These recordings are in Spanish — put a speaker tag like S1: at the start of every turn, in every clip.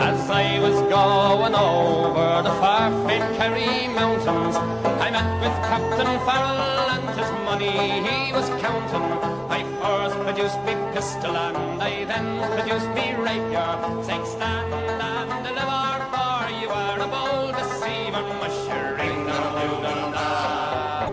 S1: As I was going over the far-famed Kerry mountains, I met with Captain Farrell and his money he was counting. I first produced me pistol and I then produced me rapier. Say, stand and deliver, for you are a bold deceiver, mushering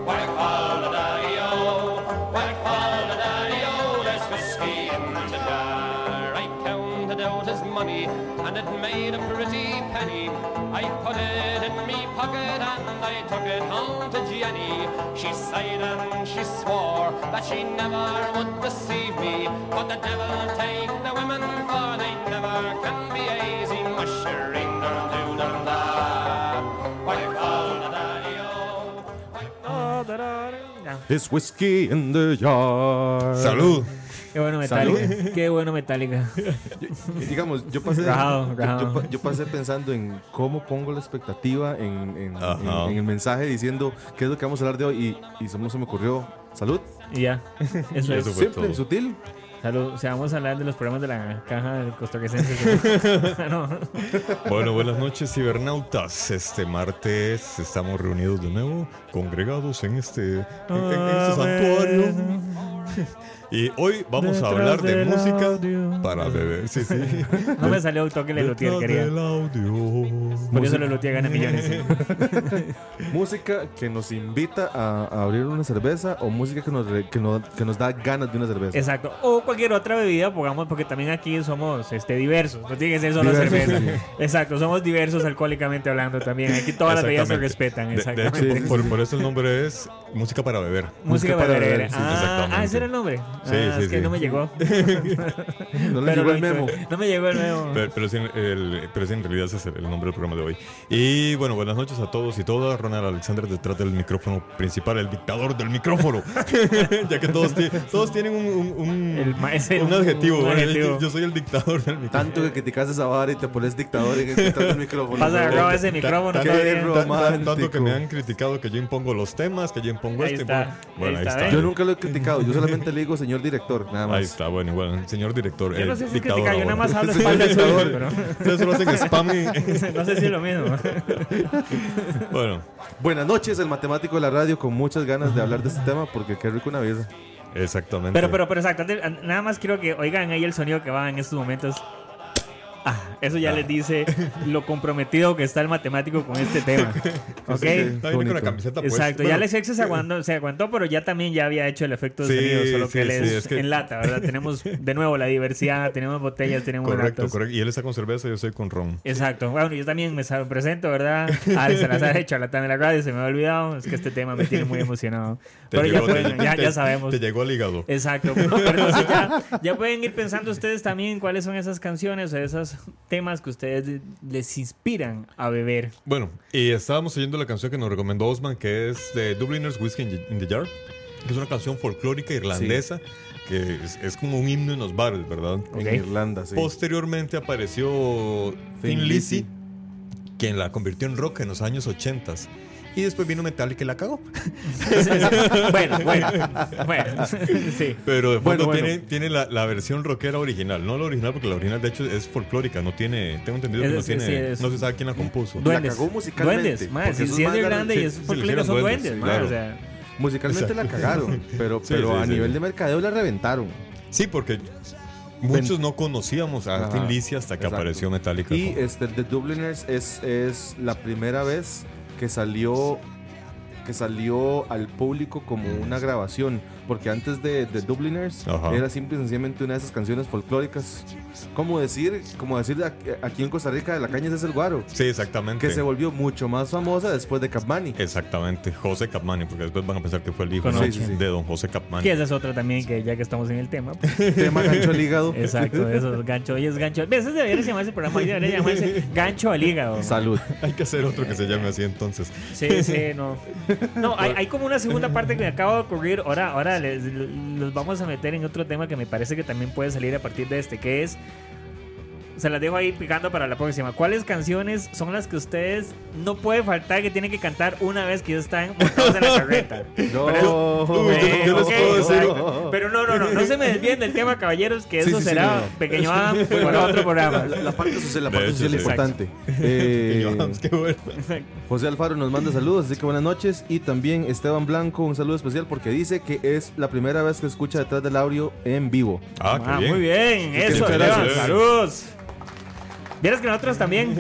S1: Whack fall the daddy-o, whack fall the daddy-o, there's whiskey in the jar. I counted out his money and it made a pretty penny. I put it in me pocket and I took it home to Jenny. She sighed and she swore that she never would deceive me. But the devil take the women for they never can be easy. Mushering down down down oh.
S2: This whiskey in the yard.
S3: Salud.
S4: Qué bueno
S2: Salud.
S4: Metallica. Qué bueno Metallica.
S2: Digamos, yo pasé,
S4: Rajado,
S2: yo-
S4: rajado.
S2: yo pa- yo pasé pensando en cómo pongo la expectativa en, en-
S3: Ajá.
S2: en- en el mensaje diciendo qué es lo que vamos a hablar de hoy y, y se, me- se me ocurrió salud.
S4: Y ya. Eso es.
S3: Eso fue
S2: Simple,
S3: todo.
S2: sutil.
S4: Salud. O sea, vamos a hablar de los programas de la caja del costarricense. Ah, no.
S3: Bueno, buenas noches, cibernautas. Este martes estamos reunidos de nuevo, congregados en este, en- en este santuario. Y hoy vamos a
S4: Detrás
S3: hablar de
S4: del
S3: música
S4: audio.
S3: para beber. Sí, sí.
S4: No me salió el toque de Lutier,
S3: Detrás
S4: quería.
S3: del audio.
S4: Porque solo Lutier gana millones. ¿sí?
S2: Música que nos invita a, a abrir una cerveza o música que nos, re- que, nos, que nos da ganas de una cerveza.
S4: Exacto. O cualquier otra bebida, pongamos, porque también aquí somos este, diversos. No tiene que ser solo
S2: Diversos,
S4: cerveza.
S2: sí.
S4: Exacto, somos diversos alcohólicamente hablando también. Aquí todas las bebidas se
S3: Exactamente.
S4: respetan.
S3: De- De,
S4: Exactamente.
S3: hecho,
S2: Sí, sí,
S3: por, por eso el nombre es Música para beber.
S4: Música
S2: Música para
S4: para beber.
S2: beber, sí,
S4: ah,
S3: exactamente.
S4: ah, ese era el nombre.
S3: Sí,
S4: Ah,
S3: sí,
S4: es que
S3: sí.
S4: no me llegó.
S2: no le
S4: Pero
S2: llegó el
S4: lo
S2: memo.
S4: intu- No me llegó el memo.
S3: Pero, pero sí, el- pero sí, en realidad ese es el, el nombre del programa de hoy. Y bueno, buenas noches a todos y todas. Ronald Alexander detrás del micrófono principal, el dictador del micrófono. ya que todos, ti- todos tienen un, un- un-
S4: El ma- ese-
S3: un adjetivo.
S4: un
S3: ¿verdad?
S4: adjetivo.
S3: Yo soy el dictador del micrófono.
S2: Tanto que criticaste esa vara y te pones dictador en el, el micrófono.
S4: Vas a agarrar ese
S3: Ta-
S4: micrófono.
S3: ta-
S4: todo
S2: qué
S4: bien.
S2: ro-
S3: Tan- tan- Tanto
S2: romántico.
S3: que me han criticado que yo impongo los temas, que yo impongo
S4: Ahí
S3: este.
S4: está,
S3: impongo- Bueno,
S4: ahí está,
S3: ahí
S4: ¿eh?
S3: está.
S4: ¿ves?
S2: Yo nunca lo he criticado, yo solamente le digo señor director, nada más.
S3: Ahí está, bueno, igual, señor director.
S4: Yo no
S3: eh,
S4: sé si es
S3: dictador
S4: criticar, yo nada
S3: ahora.
S4: más hablo
S2: Soy
S4: mal del
S2: dictador.
S4: suyo,
S3: Ustedes solo hacen spam y-
S4: pero no sé si es lo mismo.
S3: Bueno,
S2: Buenas noches, el matemático de la radio, con muchas ganas de hablar de este tema porque qué rico una birra.
S3: exactamente.
S4: Pero, pero, pero, exacto. antes- an- Nada más quiero que oigan ahí el sonido que va en estos momentos. Ah, eso ya les dice lo comprometido que está el matemático con este tema. ¿Ok?
S2: sí.
S3: Está bien con la
S2: bonito.
S3: camiseta puesta.
S4: eh, Exacto, ya
S3: Bueno,
S4: Alex X se aguantó, se aguantó, pero ya también ya había hecho el efecto de
S3: Sí,
S4: sonido, solo
S3: sí,
S4: que él
S3: sí,
S4: es,
S3: es que-
S4: en lata, ¿verdad? tenemos de nuevo la diversidad, tenemos botellas, tenemos
S3: Correcto,
S4: latas.
S3: correcto. Y él está con cerveza, yo soy con ron.
S4: Exacto, bueno, yo también me sal- presento, ¿verdad? Alex Salazar, el charlatán de la radio, se me ha olvidado, es que este tema me tiene muy emocionado.
S3: Te
S4: Pero ya,
S3: llegó,
S4: pueden-
S3: te-
S4: ya, ya
S3: te-
S4: sabemos. Eh,
S3: Te llegó al hígado.
S4: Exacto. Pero entonces ya, ya pueden ir pensando ustedes también cuáles son esas canciones o esos temas que ustedes les inspiran a beber.
S3: Bueno, y estábamos oyendo la canción que nos recomendó Osman, que es de Dubliners Whiskey in the- in the Jar, que es una canción folclórica irlandesa, que es, es como un himno en los bares, ¿verdad?
S4: Ok.
S2: En Irlanda, sí.
S3: Posteriormente apareció Thin
S2: Thin
S3: Lizzy,
S2: Lizzy.
S3: quien la convirtió en rock en los años 80. Y después vino Metallica que la cagó.
S4: bueno, bueno, bueno. sí.
S3: Pero de
S2: Bueno,
S3: fondo
S2: bueno.
S3: tiene, tiene la, la versión rockera original. No la original, porque la original de hecho es folclórica. No tiene. Tengo entendido
S4: Es-
S3: que no
S4: es-
S3: tiene.
S4: sí, es-
S3: no se sabe quién la compuso.
S2: Duende.
S4: Duendes.
S2: cagó musicalmente,
S4: Duendes, mae,
S2: porque
S4: Si,
S2: esos
S4: si es de
S2: maes la-
S4: Irlanda y
S2: sí,
S4: es
S3: sí, le
S4: folclórico,
S3: hicieron
S4: son
S3: duendes,
S4: duendes,
S3: sí,
S4: mae,
S3: claro.
S4: o sea.
S2: Musicalmente la cagaron, pero,
S3: Sí,
S2: pero
S3: sí,
S2: a
S3: sí,
S2: nivel
S3: sí.
S2: de mercadeo la reventaron.
S3: Sí, porque muchos no conocíamos a
S2: Ajá.
S3: Thin Lizzy hasta que
S2: Exacto.
S3: apareció Metallica.
S2: Y
S3: como-
S2: este, The Dubliners es, es la primera vez que salió
S5: que salió al público como una grabación, porque antes de, de Dubliners
S3: Ajá.
S5: era simple y sencillamente una de esas canciones folclóricas. Como decir, como decir a- aquí en Costa Rica, la caña es el guaro,
S3: Sí, exactamente.
S5: que se volvió mucho más famosa después de Capmani.
S3: Exactamente, José Capmani, porque después van a pensar que fue el hijo
S4: Con
S3: ¿no?
S5: ocho. Sí, sí, sí.
S3: de don José Capmani.
S4: Que esa es otra también, que ya que estamos en el tema. pues,
S5: Tema gancho al hígado.
S4: exacto, eso es gancho. Hoy es gancho. Ves, ese debería llamarse el programa, hoy debería llamarse gancho al hígado.
S5: Salud.
S3: Hay que hacer otro que se llame así entonces.
S4: Sí, sí, no. No, hay, hay como una segunda parte que me acaba de ocurrir. Ahora, ahora les, los vamos a meter en otro tema que me parece que también puede salir a partir de este, que es. Se las dejo ahí picando para la próxima. ¿Cuáles canciones son las que ustedes no puede faltar que tienen que cantar una vez que ya están montados en la carreta?
S5: No,
S3: Uy, yo no- yo les
S4: ok,
S3: puedo decir-
S4: exacto. Pero no, no, no, no se me desvíen del tema, caballeros, que
S5: Sí,
S4: eso
S5: sí, sí,
S4: será
S5: no, no.
S4: pequeño Adam para otro programa.
S5: La, la parte social, la
S3: De
S5: parte
S3: hecho,
S5: social
S3: sí.
S5: importante. Eh,
S3: ah, pues, Qué bueno.
S5: José Alfaro nos manda saludos, así que buenas noches. Y también Esteban Blanco, un saludo especial porque dice que es la primera vez que escucha detrás del audio en vivo.
S3: Ah, qué
S4: Ah,
S3: bien.
S4: muy bien, eso,
S3: muchas
S4: Esteban,
S3: gracias.
S4: saludos. Vieras que nosotros también.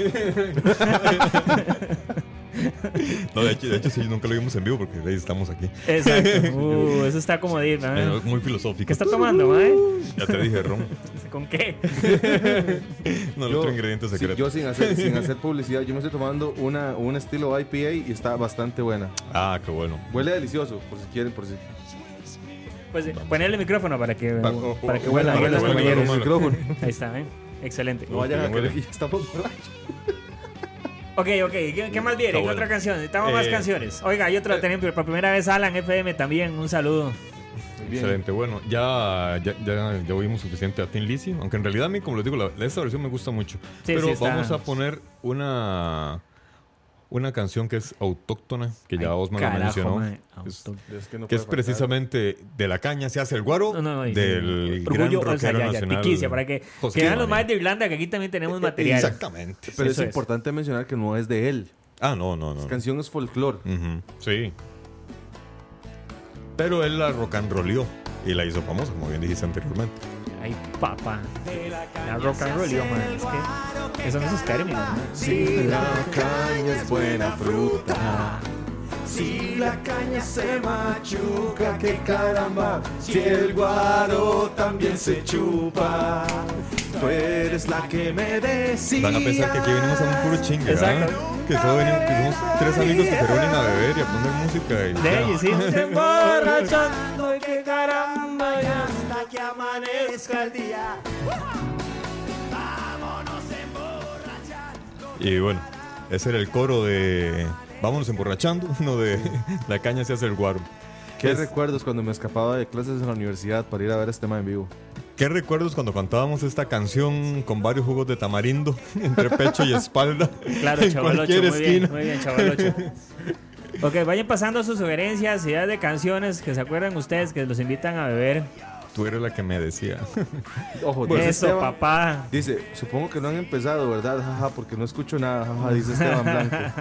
S3: No, de hecho, de hecho, sí, nunca lo vimos en vivo porque ahí estamos aquí.
S4: Exacto. Uh, eso está como de ir, ¿no?
S3: Bueno, es muy filosófico.
S4: Ah. ¿Qué está tomando, mae?
S3: Ya te dije, Ron.
S4: ¿Con qué?
S3: No, el
S5: Yo-
S3: otro ingrediente
S5: sí,
S3: secreto.
S5: yo sin hacer, sin hacer publicidad, yo me estoy tomando una, un estilo IPA y está bastante buena.
S3: Ah, qué bueno.
S5: Huele delicioso, por si quieren, por si...
S4: Pues eh, ponerle el micrófono para que,
S5: Pa-
S4: para que
S5: que
S4: huela,
S5: huela,
S4: bien
S5: huela,
S4: los
S3: huela,
S4: compañeros.
S3: huela.
S5: micrófono.
S4: Ahí está, ¿eh? Excelente.
S5: No vayan a
S3: Huele.
S5: creer que ya estamos borrachos.
S4: Ok, ok. ¿Qué, qué más viene?
S3: Está
S4: ¿Qué
S3: bueno.
S4: otra canción? Necesitamos más
S3: Eh,
S4: canciones. Oiga, hay otra tenemos por primera vez Alan FM también. Un saludo.
S5: Muy bien.
S3: Excelente, bueno, ya, ya, ya, ya oímos suficiente a Tim Lizzy, aunque en realidad a mí, como les digo, la, esta versión me gusta mucho.
S4: Sí,
S3: pero
S4: sí, está-
S3: vamos a poner una, una canción que es autóctona, que ya
S4: Ay,
S3: Osman
S4: carajo,
S3: lo mencionó.
S4: mae.
S3: Es-
S4: Auto-
S5: Es que no puede
S3: que es
S5: faltar.
S3: precisamente de la caña se hace el guaro
S4: No, no, no, y-
S3: del gran
S4: orgullo, o sea,
S3: rockero
S4: ya, ya,
S3: nacional.
S4: tiquicia, para que,
S3: José
S4: que vean los
S3: Martín.
S4: más de Irlanda que aquí también tenemos material.
S3: Exactamente.
S5: Pero es
S4: Eso es.
S5: importante mencionar que no es de él.
S3: Ah, no, no, no.
S5: La canción es folclore.
S3: Ujú, Sí. Pero él la rock and rollió y la hizo famosa, como bien dijiste anteriormente.
S4: Ay, papá. La rock and roll, yo, man. Es que esos son sus términos, ¿no?
S5: Si la caña es buena fruta, si la caña se machuca, que caramba, si el guaro también se chupa, tú eres la que me decía.
S3: Van a pensar que aquí venimos a un puro chingue, ¿verdad?
S4: Exacto.
S3: Que solo venimos, que somos tres amigos que se reúnen a beber y a poner música. Y
S4: De
S3: ya.
S4: ellos, sí.
S6: emborrachando y que caramba y hasta que amanezca el día.
S3: Y bueno, ese era el coro de Vámonos emborrachando, uno de La caña se hace el guaro.
S5: ¿Qué
S3: Es-
S5: recuerdos cuando me escapaba de clases en la universidad para ir a ver este tema en vivo?
S3: ¿Qué recuerdos cuando cantábamos esta canción con varios jugos de tamarindo entre pecho y espalda?
S4: Claro,
S3: en
S4: chaval ocho,
S3: cualquier
S4: muy bien,
S3: esquina.
S4: muy bien, chaval ocho. Ok, vayan pasando sus sugerencias, ideas de canciones que se acuerdan ustedes que los invitan a beber.
S3: Tú eres la que me decía.
S5: Ojo,
S3: Pues,
S5: dice
S4: Eso,
S5: Esteban-
S4: papá.
S5: Dice, supongo que no han empezado, ¿verdad? Jaja, porque no escucho nada, jaja, dice Esteban Blanco.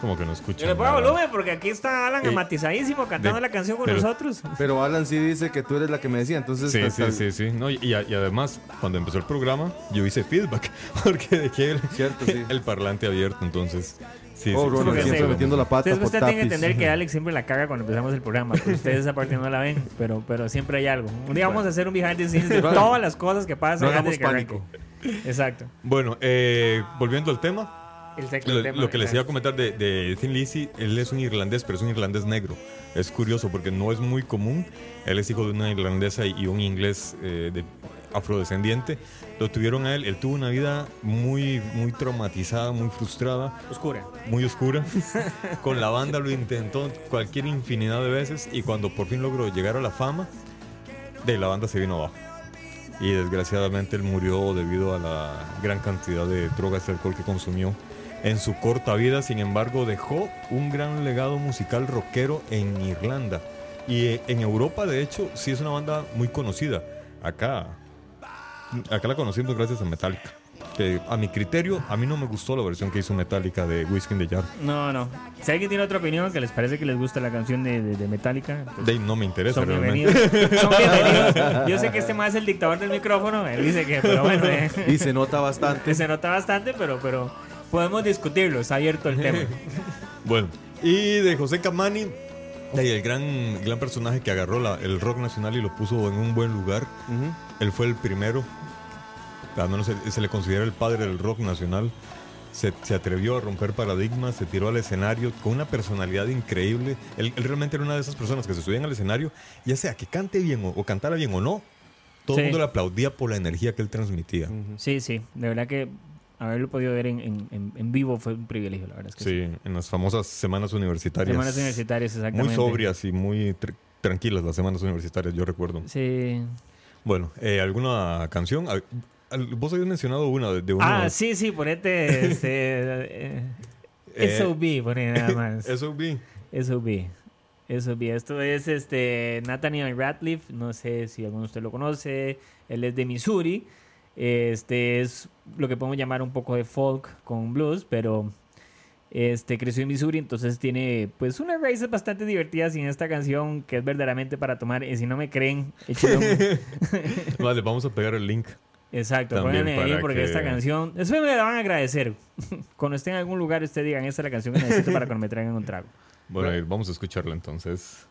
S3: Como que no escucho.
S4: Yo le pongo
S3: nada.
S4: volumen porque aquí está Alan
S3: Ey,
S4: amatizadísimo cantando
S3: Ah. de-
S4: la canción con
S3: pero-
S4: nosotros.
S5: Pero Alan sí dice que tú eres la que me decía, entonces...
S3: Sí,
S5: hasta-
S3: sí, sí, sí. No, y, y a- y además, cuando empezó el programa, yo hice feedback, porque dejé el,
S5: Cierto, sí.
S3: el parlante abierto, entonces... Sí,
S5: Oh,
S3: sí,
S5: Ronald,
S3: sí,
S4: porque
S5: siempre
S4: sí.
S5: metiendo la pata
S4: Entonces pues,
S5: por
S4: usted tiene que
S5: tapiz.
S4: entender que Alex siempre la caga cuando empezamos el programa. pero ustedes esa parte no la ven, pero, pero siempre hay algo. Un día vamos a hacer un behind the scenes de
S5: Claro.
S4: todas las cosas que pasan.
S5: No
S4: antes de
S5: hagamos
S4: que arranque.
S5: pánico.
S4: Exacto.
S3: Bueno, eh, volviendo al tema,
S4: El sexto
S3: Lo,
S4: tema.
S3: lo que les iba a comentar de, de Thin Lizzy, él es un irlandés, pero es un irlandés negro. Es curioso porque no es muy común. Él es hijo de una irlandesa y un inglés eh, de afrodescendiente. Lo tuvieron a él. Él tuvo una vida muy, muy traumatizada, muy frustrada,
S4: Oscura.
S3: muy oscura. Con la banda lo intentó cualquier infinidad de veces y cuando por fin logró llegar a la fama, de la banda se vino abajo. Y desgraciadamente él murió debido a la gran cantidad de drogas y alcohol que consumió en su corta vida. Sin embargo, dejó un gran legado musical rockero en Irlanda. Y eh, en Europa, de hecho, sí es una banda muy conocida. Acá, acá la conocimos gracias a Metallica. Que a mi criterio, a mí no me gustó la versión que hizo Metallica de Whiskey in the Jar.
S4: No, no. Si alguien tiene otra opinión que les parece que les gusta la canción de, de- de Metallica, pues,
S3: Dave no me interesa
S4: son
S3: realmente.
S4: bienvenidos. Son bienvenidos. Yo sé que este más es el dictador del micrófono. Él dice que, pero bueno, eh,
S5: Y se nota bastante.
S4: que se nota bastante, pero, pero podemos discutirlo. Está abierto el tema.
S3: Bueno, Y de José Camani, de ahí el gran, gran personaje que agarró la- el rock nacional y lo puso en un buen lugar. Él fue el primero. Al menos se, se le considera el padre del rock nacional. Se, se atrevió a romper paradigmas, se tiró al escenario con una personalidad increíble. Él, él realmente era una de esas personas que se subían al escenario, ya sea que cante bien o, o cantara bien o no, todo
S4: Sí.
S3: el mundo le aplaudía por la energía que él transmitía.
S4: Sí, sí. De verdad que haberlo podido ver en, en- en- en vivo fue un privilegio, la verdad es que sí.
S3: Sí, en las famosas semanas universitarias.
S4: Semanas universitarias,
S3: Muy
S4: exactamente.
S3: sobrias y muy tr- tranquilas las semanas universitarias, yo recuerdo.
S4: Sí.
S3: Bueno, eh, ¿alguna canción? Al- al- Vos habías mencionado una de, de uno.
S4: Ah, sí, sí, ponete. Este, eh,
S3: Eh,
S4: SOB, ponete nada más.
S3: S.O.B.
S4: SOB. SOB. Esto es este Nathaniel Ratliff. No sé si alguno de ustedes lo conoce. Él es de Missouri. Este es lo que podemos llamar un poco de folk con blues, pero este creció en Missouri, entonces tiene pues unas raíces bastante divertidas y en esta canción que es verdaderamente para tomar. Y si no me creen, échenle un-
S3: Vale, vamos a pegar el link.
S4: Exacto,
S3: También
S4: pónganle ahí
S3: para
S4: porque
S3: que-
S4: esta canción, eso me la van a agradecer. Cuando estén en algún lugar, ustedes digan, esta es la canción que necesito para cuando me traigan un trago.
S3: Bueno, ahí, vamos a escucharla entonces.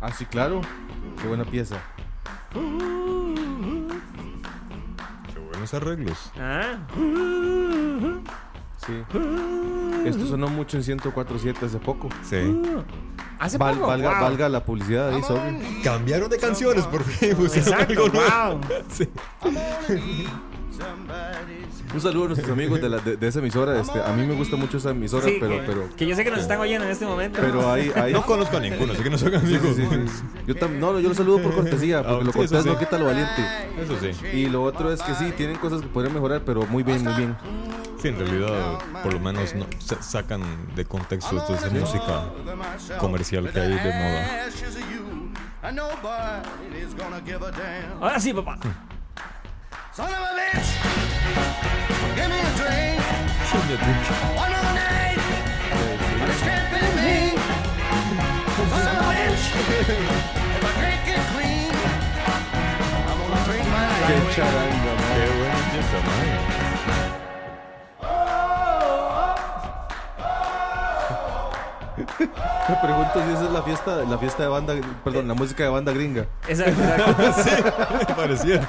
S5: Ah, sí, claro. Qué buena pieza.
S3: Qué buenos arreglos.
S4: Ah,
S5: Sí. Esto sonó mucho en 1047 hace poco.
S3: Sí.
S4: Uh. hace
S5: Val-
S4: poco.
S5: valga,
S4: wow.
S5: valga la publicidad ahí sobre.
S3: Cambiaron de canciones por fin. pusieron
S4: Exacto,
S3: algo nuevo.
S4: wow.
S5: Un saludo a nuestros amigos de, la- de- de esa emisora. Este, a mí me gusta mucho esa emisora,
S4: Sí,
S5: pero,
S4: que,
S5: pero,
S4: que yo sé que nos están oyendo en este momento.
S5: pero hay, hay-
S3: No conozco a ninguno, así que no soy
S5: sí,
S3: amigos.
S5: sí, sí, sí. Yo tam- no, no, yo lo saludo por cortesía, porque
S3: Ah,
S5: lo
S3: sí, eso
S5: cortés no
S3: sí.
S5: quita lo valiente.
S3: Eso sí.
S5: Y lo otro es que sí, tienen cosas que podrían mejorar, pero muy bien, muy bien.
S3: Sí, en realidad, por lo menos no, sa- sacan de contexto esto es música comercial que hay de moda.
S4: Ahora sí, papá.
S5: Qué charanga,
S3: Qué buena pieza, man.
S5: man. Me pregunto si esa es la fiesta, la fiesta de banda, perdón, la música de banda gringa.
S4: Exacto, exacto.
S3: Sí, parecía.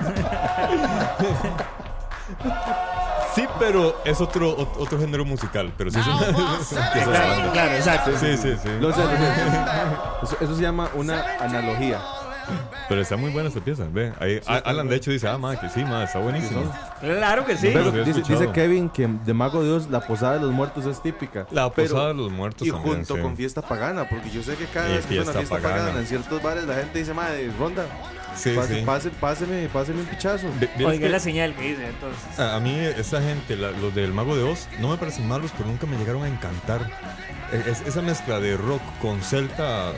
S3: Sí, pero es otro, ot- otro género musical. Pero sí es una pieza de
S4: Claro,
S3: banda.
S4: claro, exacto.
S3: Sí, sí, sí.
S5: Lo sé, lo sé. Eso, eso se llama una analogía.
S3: Pero está muy buena esa pieza. Ve, ahí, A- Alan de hecho dice, ah, ma, que sí, ma, está buenísimo.
S4: Claro que sí.
S3: Pero-
S5: Dice- Dice,
S3: escuchado.
S5: Kevin que de Mago Dios la posada de los muertos es típica.
S3: La
S5: Pero-
S3: posada de los muertos
S5: Y
S3: también,
S5: junto
S3: sí.
S5: con fiesta pagana, porque yo sé que cada
S3: Y
S5: vez que es una
S3: fiesta
S5: fiesta
S3: pagana.
S5: pagana. en ciertos bares la gente dice, madre, ronda,
S3: Sí,
S5: pase-
S3: sí.
S5: pase- páseme, páseme un pichazo.
S3: Ve- vieras
S4: Oiga
S3: que
S4: la señal que dice, entonces.
S3: a, a mí esa gente, la- los del Mago de Oz, no me parecen malos, pero nunca me llegaron a encantar. E- es- esa mezcla de rock con celta...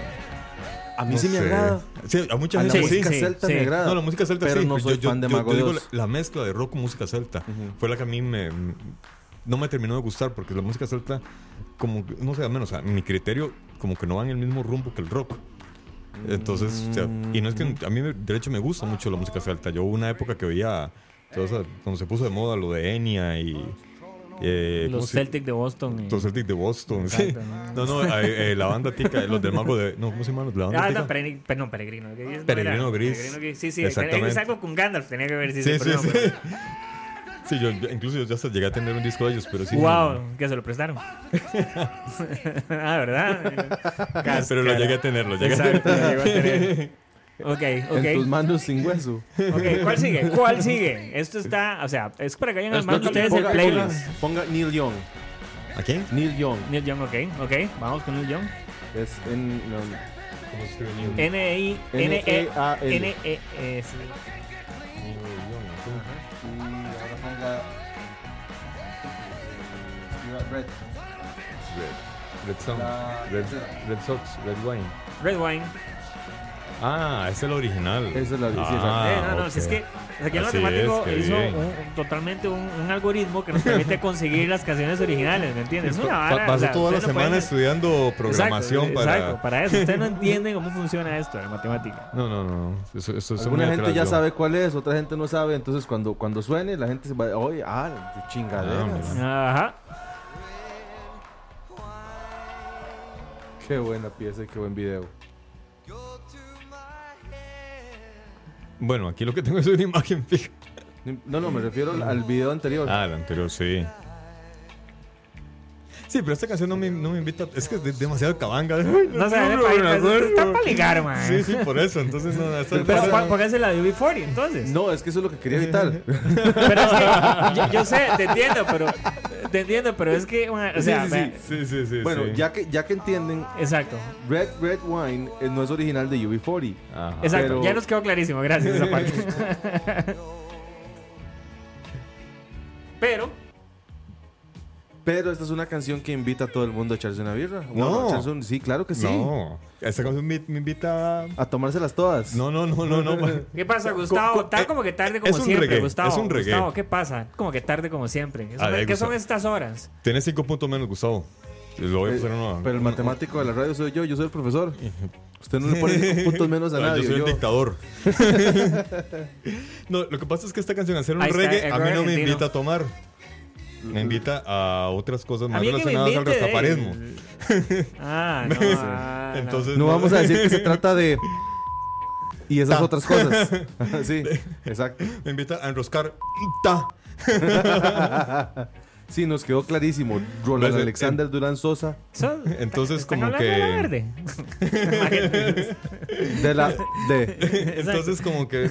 S5: A mí
S3: no
S5: sí me
S3: sé.
S5: agrada.
S3: Sí, a mucha
S5: A la
S3: gente sí.
S5: música
S4: sí,
S5: celta
S4: sí.
S5: me agrada.
S3: No, la música celta
S5: pero
S3: sí.
S5: no
S3: pero
S5: soy fan de Mago
S3: digo
S5: Dios.
S3: la, la mezcla de rock con música celta fue la que a mí me, no me terminó de gustar porque la música celta, como que- no sé, al menos a mi criterio, como que no va en el mismo rumbo que el rock. Entonces, o sea, y no es que
S5: Mm.
S3: a mí de hecho me gusta mucho la música celta. Yo hubo una época que veía toda esa- cuando se puso de moda lo de Enya y eh, ¿cómo
S4: Los
S3: se-
S4: Celtic de Boston. y-
S3: los Celtic de Boston, sí.
S4: Exacto.
S3: No, no, eh, eh, la banda tica, los del mago de. No, ¿cómo se llama? La banda
S4: Ah,
S3: tica.
S4: no, Peregrin- pe- no, Peregrino. ¿qué dices? No,
S3: Peregrino
S4: era-
S3: Gris.
S4: Peregrino Gris. Sí, sí.
S3: Exactamente.
S4: Es algo con Gandalf. Tenía que ver si
S3: Sí,
S4: se
S3: sí,
S4: ponía,
S3: sí.
S4: pero-
S3: Sí, yo, yo- incluso yo hasta llegué a tener un disco de ellos, pero sí.
S4: Wow, que se lo prestaron. ah, ¿verdad?
S3: Pero lo llegué a tener, lo llegué a
S4: Exacto, lo llegó a tener. Ok, ok.
S5: En tus manos sin hueso.
S4: Ok, ¿cuál sigue? ¿Cuál sigue? Esto está, o sea, es para que hayan armado
S5: Ponga-
S4: ustedes el
S5: ponga-
S4: playlist.
S5: Ponga, ponga Neil Young.
S3: ¿A quién?
S5: Neil Young.
S4: Neil Young, ok, ok. Vamos con Neil Young.
S5: Es en. no,
S3: Mm.
S4: Eh.
S3: E
S4: N-I-N-E-N-E.
S5: N-E-A-L.
S4: N-E-E, sí.
S3: Red Sox. Red, Red Sox, Red Wine.
S4: Red Wine.
S3: Ah, es el original.
S5: Es el original.
S3: Ah,
S4: Eh, no, no,
S3: ok.
S4: si es que Aquí el
S3: Así
S4: matemático
S3: es, qué
S4: hizo
S3: bien.
S4: un- un- totalmente un, un algoritmo que nos permite conseguir las canciones originales, ¿me entiendes? Es una
S3: Pa-
S4: vara, o
S3: Pasó
S4: sea,
S3: toda la
S4: ustedes no
S3: semana
S4: pueden-
S3: estudiando programación
S4: exacto,
S3: para.
S4: Exacto, para eso. Ustedes no entienden cómo funciona esto, la matemática.
S3: No, no, no. Eso, eso es
S5: Alguna
S3: muy
S5: gente
S3: atrás,
S5: ya
S3: Pues yo.
S5: sabe cuál es, otra gente no sabe. Entonces, cuando, cuando suene, la gente se va oye, ah, qué
S3: Ah,
S5: chingadera.
S3: mira.
S4: Ajá.
S5: qué buena pieza y qué buen video.
S3: Bueno, aquí lo que tengo es una imagen fija.
S5: No, no, me refiero al- al video anterior.
S3: Ah, la anterior, sí. Sí, pero esta canción no me, no me invita. Es que es de- demasiado cabanga.
S4: No se ve para pues, Está para ligar, man.
S3: Sí, sí, por eso. Entonces, no. esta-
S4: Pero
S3: esta-
S4: ¿por qué se la de UB40 entonces?
S5: No, es que eso es lo que quería evitar.
S4: Pero es que, yo, yo sé, te entiendo, pero te entiendo, pero es que bueno, o sea,
S5: sí,
S4: vea,
S3: Sí, sí, sí.
S5: bueno,
S3: sí.
S5: ya que ya que entienden,
S4: exacto.
S5: Red Red Wine eh, no es original de UB40.
S3: Ajá.
S4: Exacto,
S5: pero-
S4: ya nos quedó clarísimo, gracias esa parte. pero
S5: Pero esta es una canción que invita a todo el mundo a echarse una birra.
S3: No.
S5: a echarse un- sí, claro que sí.
S3: No. Esta canción me, me invita. a-
S5: A tomárselas todas.
S3: No, no, no, no, no. pa-
S4: ¿Qué pasa, Gustavo?
S3: Co- co-
S4: Está como que tarde como
S3: es un
S4: siempre,
S3: reggae,
S4: Gustavo.
S3: es un reggae.
S4: Gustavo, ¿qué pasa? Como que tarde como siempre. Es
S3: Ah,
S4: una-
S3: de ahí,
S4: ¿Qué son
S3: Gustavo.
S4: estas horas?
S3: Tienes cinco puntos menos, Gustavo. Lo voy a
S5: Eh,
S3: hacer una.
S5: Pero el
S3: una-
S5: matemático de la radio soy yo, yo soy el profesor. Usted no le pone cinco puntos menos a
S3: Ah,
S5: nadie.
S3: Yo soy
S5: yo-
S3: un dictador. no, lo que pasa es que esta canción, al ser un
S4: Ahí está,
S3: reggae, a
S4: Edgar
S3: mí no me
S4: Argentino.
S3: invita a tomar. Me invita a otras cosas
S4: A
S3: más
S4: mí el que me
S3: relacionadas al
S4: invite eh. de-
S3: rastafarismo.
S4: Ah, no. ah, no.
S3: Entonces,
S5: No vamos a decir que se trata de. Y esas otras cosas. sí, exacto.
S3: Me invita a enroscar. Ta.
S5: Sí, nos quedó clarísimo. Roland
S3: Pues, eh,
S5: Alexander Durán Sosa.
S4: Son-
S3: Entonces,
S4: están
S3: como
S4: hablando de la
S3: que-
S4: verde. Imagínate.
S5: De la. De.
S3: Entonces, como que.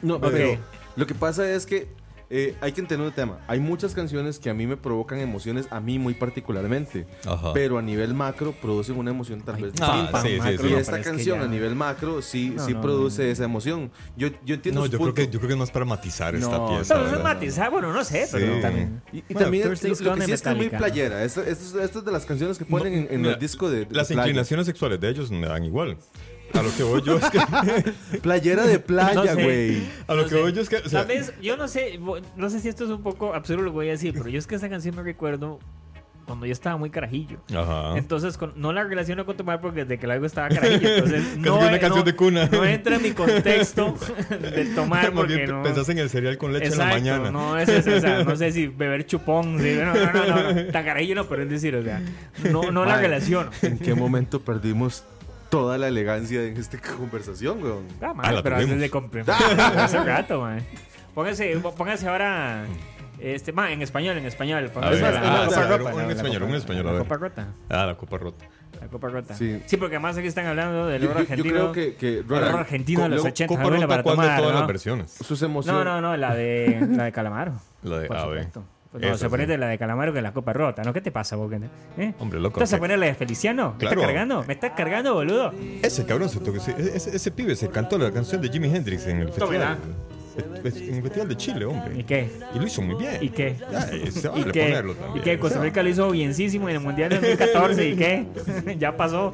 S5: No,
S4: Ok.
S5: pero lo que pasa es que eh, hay que entender un tema. Hay muchas canciones que a mí me provocan emociones, a mí muy particularmente.
S3: Ajá.
S5: Pero a nivel macro producen una emoción tal vez
S3: ah,
S5: distinta.
S3: sí, sí,
S4: macro,
S3: sí.
S4: no,
S5: Y
S3: pero
S5: esta
S4: es que
S5: canción
S4: ya-
S5: a nivel macro sí,
S4: No,
S5: sí
S4: no,
S5: produce esa emoción. Yo, yo entiendo
S3: No,
S5: su
S3: yo creo,
S5: punto.
S3: que, yo creo que es más para matizar esta
S5: No,
S3: pieza.
S4: Pero eso es
S3: ¿verdad?
S4: matizar, bueno, no sé,
S3: Sí.
S4: pero también.
S5: Y, y
S3: Bueno,
S5: también lo,
S4: Thursday
S5: lo
S4: Gone
S5: que sí
S4: de
S5: es que es muy
S4: Metallica.
S5: playera. Esta, esta es- esta es de las canciones que ponen
S3: No,
S5: en, en
S3: mira,
S5: el disco de, de
S3: Las
S5: playa.
S3: inclinaciones sexuales de ellos me dan igual. A lo que voy yo es que. a
S5: Playera de
S4: No
S5: playa,
S4: sé.
S5: güey.
S3: lo
S4: No
S3: que
S4: sé.
S3: voy yo es que. o sea,
S4: Tal vez, yo no sé, bo- no sé si esto es un poco absurdo lo que voy a decir, pero yo es que esa canción me recuerdo cuando yo estaba muy carajillo.
S3: Ajá.
S4: Entonces con- no la relaciono con tomar porque desde que la hago estaba carajillo. Entonces no,
S3: que una
S4: eh,
S3: canción
S4: no-
S3: de cuna.
S4: no entra en mi contexto de tomar
S3: Más bien
S4: porque no.
S3: pensás en el cereal con leche
S4: Exacto,
S3: en la mañana.
S4: No, es, es- o sea, no sé si beber chupón, sí, no, no, no, no, no, tan carajillo no, pero es decir, o sea, no, no la
S5: Madre.
S4: relaciono.
S5: ¿En qué momento perdimos toda la elegancia en esta conversación, weón?
S4: Ah, madre,
S3: Ah, la
S4: pero antes
S3: tuvimos.
S4: de comprar. Hace rato, man. Póngase, póngase ahora. Este, ma, en español, en español. Póngase
S3: ver,
S4: la, la
S3: ah,
S4: copa
S3: sí, a ver,
S4: rota,
S3: un
S4: la- la
S3: español,
S4: copa-
S3: un español, a
S4: La
S3: ver.
S4: copa rota.
S3: Ah, la copa rota.
S4: La copa rota. Sí.
S5: Sí.
S4: porque además aquí están hablando del
S5: Yo,
S4: oro
S5: yo- yo
S4: argentino.
S5: creo que, que
S4: El oro
S5: Ronald,
S4: argentino de Ah, los
S5: luego,
S4: 80.
S3: Copa
S4: bueno,
S3: rota,
S4: para
S3: ¿cuál
S4: tomar,
S3: de todas
S4: ¿no?
S3: las versiones?
S5: sus
S4: No,
S5: emociones.
S4: no, no, la de, la de Calamaro.
S3: La de
S4: Por
S3: A, B.
S4: supuesto. Pues No,
S3: Esa
S4: se pone
S3: sí.
S4: de la de Calamaro que la copa rota, ¿no? ¿Qué te pasa, vos? ¿Eh?
S3: Hombre, loco,
S4: ¿Estás a
S3: que-
S4: poner la de Feliciano? ¿Me
S3: Claro.
S4: estás cargando? ¿Me estás cargando, boludo?
S3: Ese cabrón se tocó, ese, ese- ese pibe se cantó la canción de Jimi Hendrix en el
S4: Tómela.
S3: festival. En el festival de Chile, hombre.
S4: ¿Y qué?
S3: Y lo hizo muy bien.
S4: ¿Y qué?
S3: Ya, eh, se
S4: ¿Y
S3: vale
S4: qué?
S3: ponerlo
S4: ¿Y
S3: también.
S4: qué? Costa Rica lo hizo bienísimo en el Mundial de 2014. ¿Y qué? ya pasó.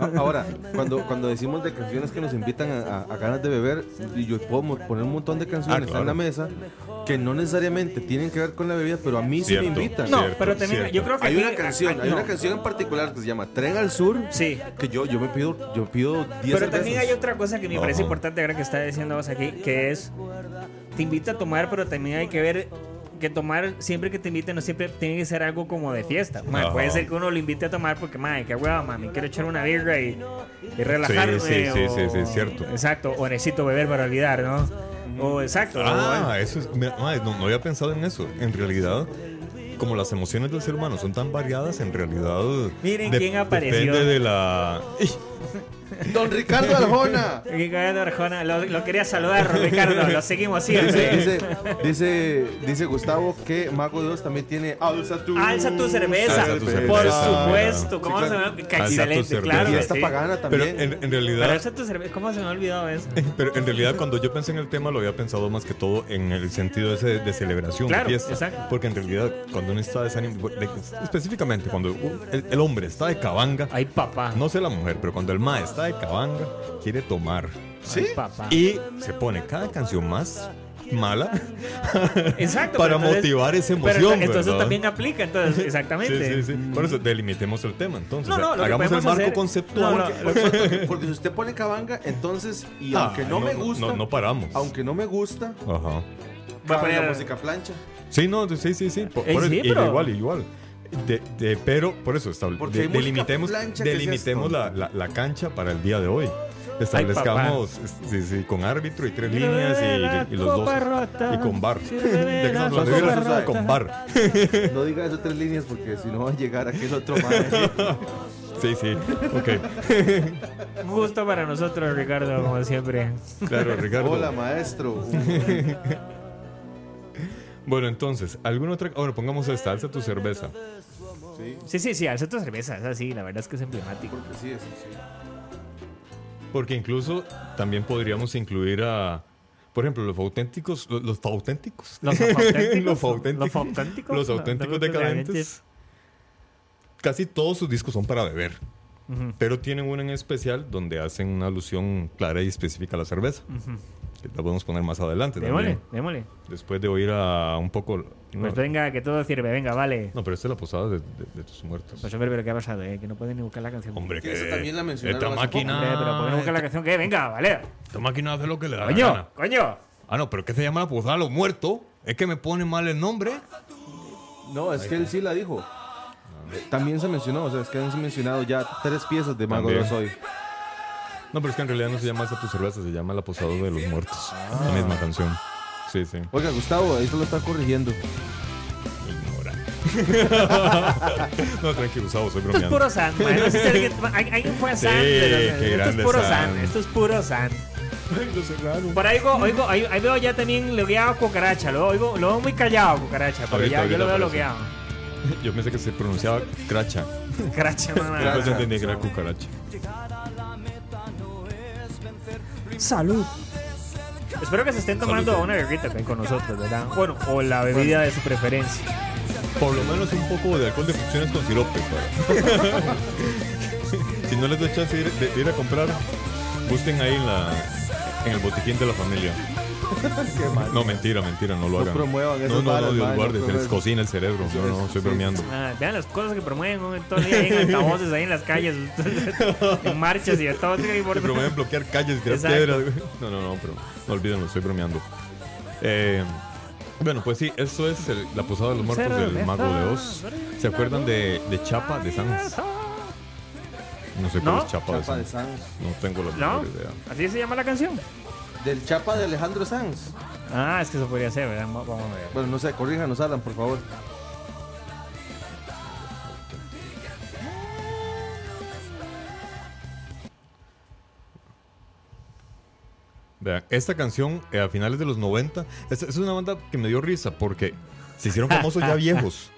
S5: A- Ahora, cuando, cuando decimos de canciones que nos invitan a, a- a ganas de beber, y yo puedo mo- poner un montón de canciones
S3: Ah, claro.
S5: en la mesa que no necesariamente tienen que ver con la bebida, pero a mí sí
S3: Cierto,
S5: me invitan.
S4: No,
S3: Cierto,
S4: pero también
S3: cierto.
S4: yo creo que
S5: Hay
S4: aquí-
S5: una canción,
S4: ah,
S5: hay
S4: no.
S5: una canción en particular que se llama Tren al Sur,
S4: Sí.
S5: que yo, yo me pido, yo pido 10
S4: Pero también hay
S5: cervezas.
S4: otra cosa que me parece
S3: Ajá.
S4: importante ahora que está diciendo vos aquí, que es te invita a tomar, pero también hay que ver que tomar siempre que te inviten no siempre tiene que ser algo como de fiesta. Ma,
S3: Ajá.
S4: puede ser que uno lo invite a tomar porque madre, qué hueva, mami, quiero echar una birra y, y relajarme.
S3: sí, sí,
S4: o-
S3: sí, sí, es cierto.
S4: Exacto, o necesito beber para olvidar, ¿no? O exacto.
S3: Ah, eso es. mira, madre, no, no había pensado en eso. En realidad, como las emociones del ser humano son tan variadas, en realidad.
S4: Miren quién apareció.
S3: Depende de la.
S5: Don Ricardo Arjona.
S4: o- Aquí cayendo Arjona, lo, lo quería saludar, Ricardo, lo seguimos siempre.
S5: Dice, dice, dice Gustavo que Mago Dios también tiene Alza tu,
S4: Alza tu cerveza,
S3: Alza tu
S4: por
S3: cerveza.
S4: supuesto. ¿Cómo
S5: Sí,
S4: se
S5: claro.
S4: me-
S3: Alza tu
S4: Excelente,
S3: cerveza.
S4: claro.
S5: Y
S4: que
S5: esta
S4: sí.
S5: pagana
S3: Pero
S5: también.
S3: en, en
S4: Pero
S3: realidad.
S4: alza tu cerveza, ¿cómo se me ha olvidado eso?
S3: Pero en realidad cuando yo pensé en el tema lo había pensado más que todo en el sentido ese de, de celebración,
S4: Claro,
S3: de fiesta.
S4: exacto.
S3: Porque en realidad cuando uno está desanimado, específicamente cuando un- el, el hombre está de cabanga,
S4: Ay, papá.
S3: no sé la mujer, pero cuando el ma está de cabanga, quiere tomar. Sí.
S4: papá.
S3: Y se pone cada canción más mala
S4: Exacto.
S3: para
S4: pero entonces-
S3: motivar esa
S4: Pero
S3: emoción.
S4: entonces
S3: ¿verdad?
S4: también aplica, entonces, exactamente.
S3: Sí, sí, sí. Por eso delimitemos el tema. Entonces,
S4: No, no,
S3: o sea,
S4: lo que
S3: hagamos el
S4: podemos
S3: marco
S4: hacer-
S3: conceptual.
S4: No, no,
S3: Ah,
S5: Porque- porque- Porque si usted pone cabanga, entonces, y aunque Ah, no, me gusta,
S3: No, no paramos.
S5: aunque no me gusta,
S3: Ajá.
S4: Voy a
S5: cabe
S4: poner-
S5: la música plancha.
S3: Sí, no, sí, sí, sí. Por-
S4: Eh,
S3: por
S4: sí,
S3: eso- y
S4: pero-
S3: Igual, igual. De- de- pero por eso estable-
S5: Porque
S3: de-
S5: hay música
S3: delimitemos,
S5: plancha que sea
S3: delimitemos la, la- la cancha para el día de hoy. Establezcamos sí, sí, con árbitro y tres líneas y- y, y los dos. Y con bar. Ya que estamos
S5: copa
S3: hablando de violencia,
S5: rota.
S3: con bar.
S5: No diga esas tres líneas porque si no va a llegar aquel otro madre.
S3: Sí, sí. Ok.
S4: Un gusto para nosotros, Ricardo, como siempre.
S3: Claro, Ricardo.
S5: Hola, maestro.
S3: Bueno, entonces, ¿alguna otra? Ahora pongamos esta, alza tu cerveza.
S5: Sí,
S4: Sí, sí, sí, alza tu cerveza, es así, la verdad es que es emblemático.
S5: porque sí, eso sí.
S3: Porque incluso también podríamos incluir a. Por ejemplo, los auténticos. Los, los auténticos.
S4: Los auténticos.
S3: Los auténticos.
S4: Los auténticos.
S3: Los auténticos decadentes. Casi todos sus discos son para beber.
S4: Ujú.
S3: Pero tienen uno en especial donde hacen una alusión clara y específica a la cerveza. Que la podemos poner más adelante.
S4: Démosle,
S3: También.
S4: démosle.
S3: Después de oír a un poco. No,
S4: Pues venga, que todo sirve, venga, vale.
S3: no, pero esta es la posada de, de- de tus muertos.
S4: Pues a ver, pero ¿qué ha pasado? eh? Que no pueden ni buscar la canción.
S3: Hombre,
S5: Que
S3: que.
S5: esa también la mencionaron
S3: esta
S5: hace poco.
S3: máquina.
S4: Hombre, Eh, pero pueden buscar la canción que venga, vale.
S3: Esta máquina hace lo que le da. la gana.
S4: Coño, coño.
S3: Ah, no, pero ¿qué se llama la posada de los muertos? Es que me pone mal el nombre.
S5: No, es que él sí la dijo. Eh, También se mencionó, o sea, es que han mencionado ya tres piezas de Mago
S3: También.
S5: de Soy.
S3: No, pero es que en realidad no se llama esa tu cerveza, se llama La Posada de los Muertos. La misma canción. Sí, sí.
S5: Oiga, Gustavo, eso lo está corrigiendo.
S3: Ignora. no, tranquilo, Gustavo,
S4: Esto
S3: soy
S4: es
S3: bromeando.
S4: puro San, man. No sé si alguien, hay- alguien fue a San.
S3: Sí,
S4: pero-
S3: qué
S4: esto es
S3: grande
S4: puro
S3: San.
S4: San. Esto es puro San.
S3: Lo cerraron.
S4: Por ahí, oigo, oigo, ahí, ahí veo ya también logueado a Cucaracha. Lo, oigo, lo veo muy callado a Cucaracha, pero
S3: Ahorita,
S4: ya yo
S3: ahorita
S4: lo veo
S3: aparece.
S4: logueado.
S3: Yo pensé que se pronunciaba cracha.
S4: Cucaracha, mamá.
S3: Después entendí que era cucaracha.
S4: Salud. Espero que se estén tomando
S3: Salud.
S4: una bebida con nosotros, ¿verdad? Bueno, o la bebida de su preferencia.
S3: Por lo menos un poco de alcohol de funciones con sirope. para- si no les doy chance de ir, de- de ir a comprar, busquen ahí en, la, en el botiquín de la familia. No, mentira, mentira, no lo
S5: No
S3: hagan.
S5: promuevan
S3: no,
S5: esas
S3: no, no,
S5: varas,
S3: Dios
S5: madre,
S3: guarde,
S5: no
S3: se les
S5: promuevan.
S3: cocina el cerebro. No, no, estoy
S5: Sí.
S3: bromeando.
S4: Ah, vean las cosas que promueven un montón ahí en altavoces, ahí en las calles, en marchas y de todo. sí, por-
S3: Te promueven bloquear calles y tirar
S4: Exacto.
S3: piedras. güey. No, no, no, pero no olvídenlo, estoy bromeando. Eh, bueno, pues sí, eso es el- la posada de los muertos del Mago de Oz. ¿Se acuerdan de, de Chapa de Sanz? No sé cuál
S4: ¿No?
S3: es Chapa, de
S5: Chapa de
S3: Sanz.
S5: Sanz.
S3: No tengo la
S4: ¿No?
S3: menor idea.
S4: ¿Así se llama la canción?
S5: Del Chapa de Alejandro Sanz.
S4: Ah, es que eso podría ser, ¿verdad? Vamos a ver.
S5: Bueno, no sé, corríjanos, Alan, por favor.
S3: Vean, esta canción eh, a finales de los 90, es, es una banda que me dio risa porque se hicieron famosos ya viejos.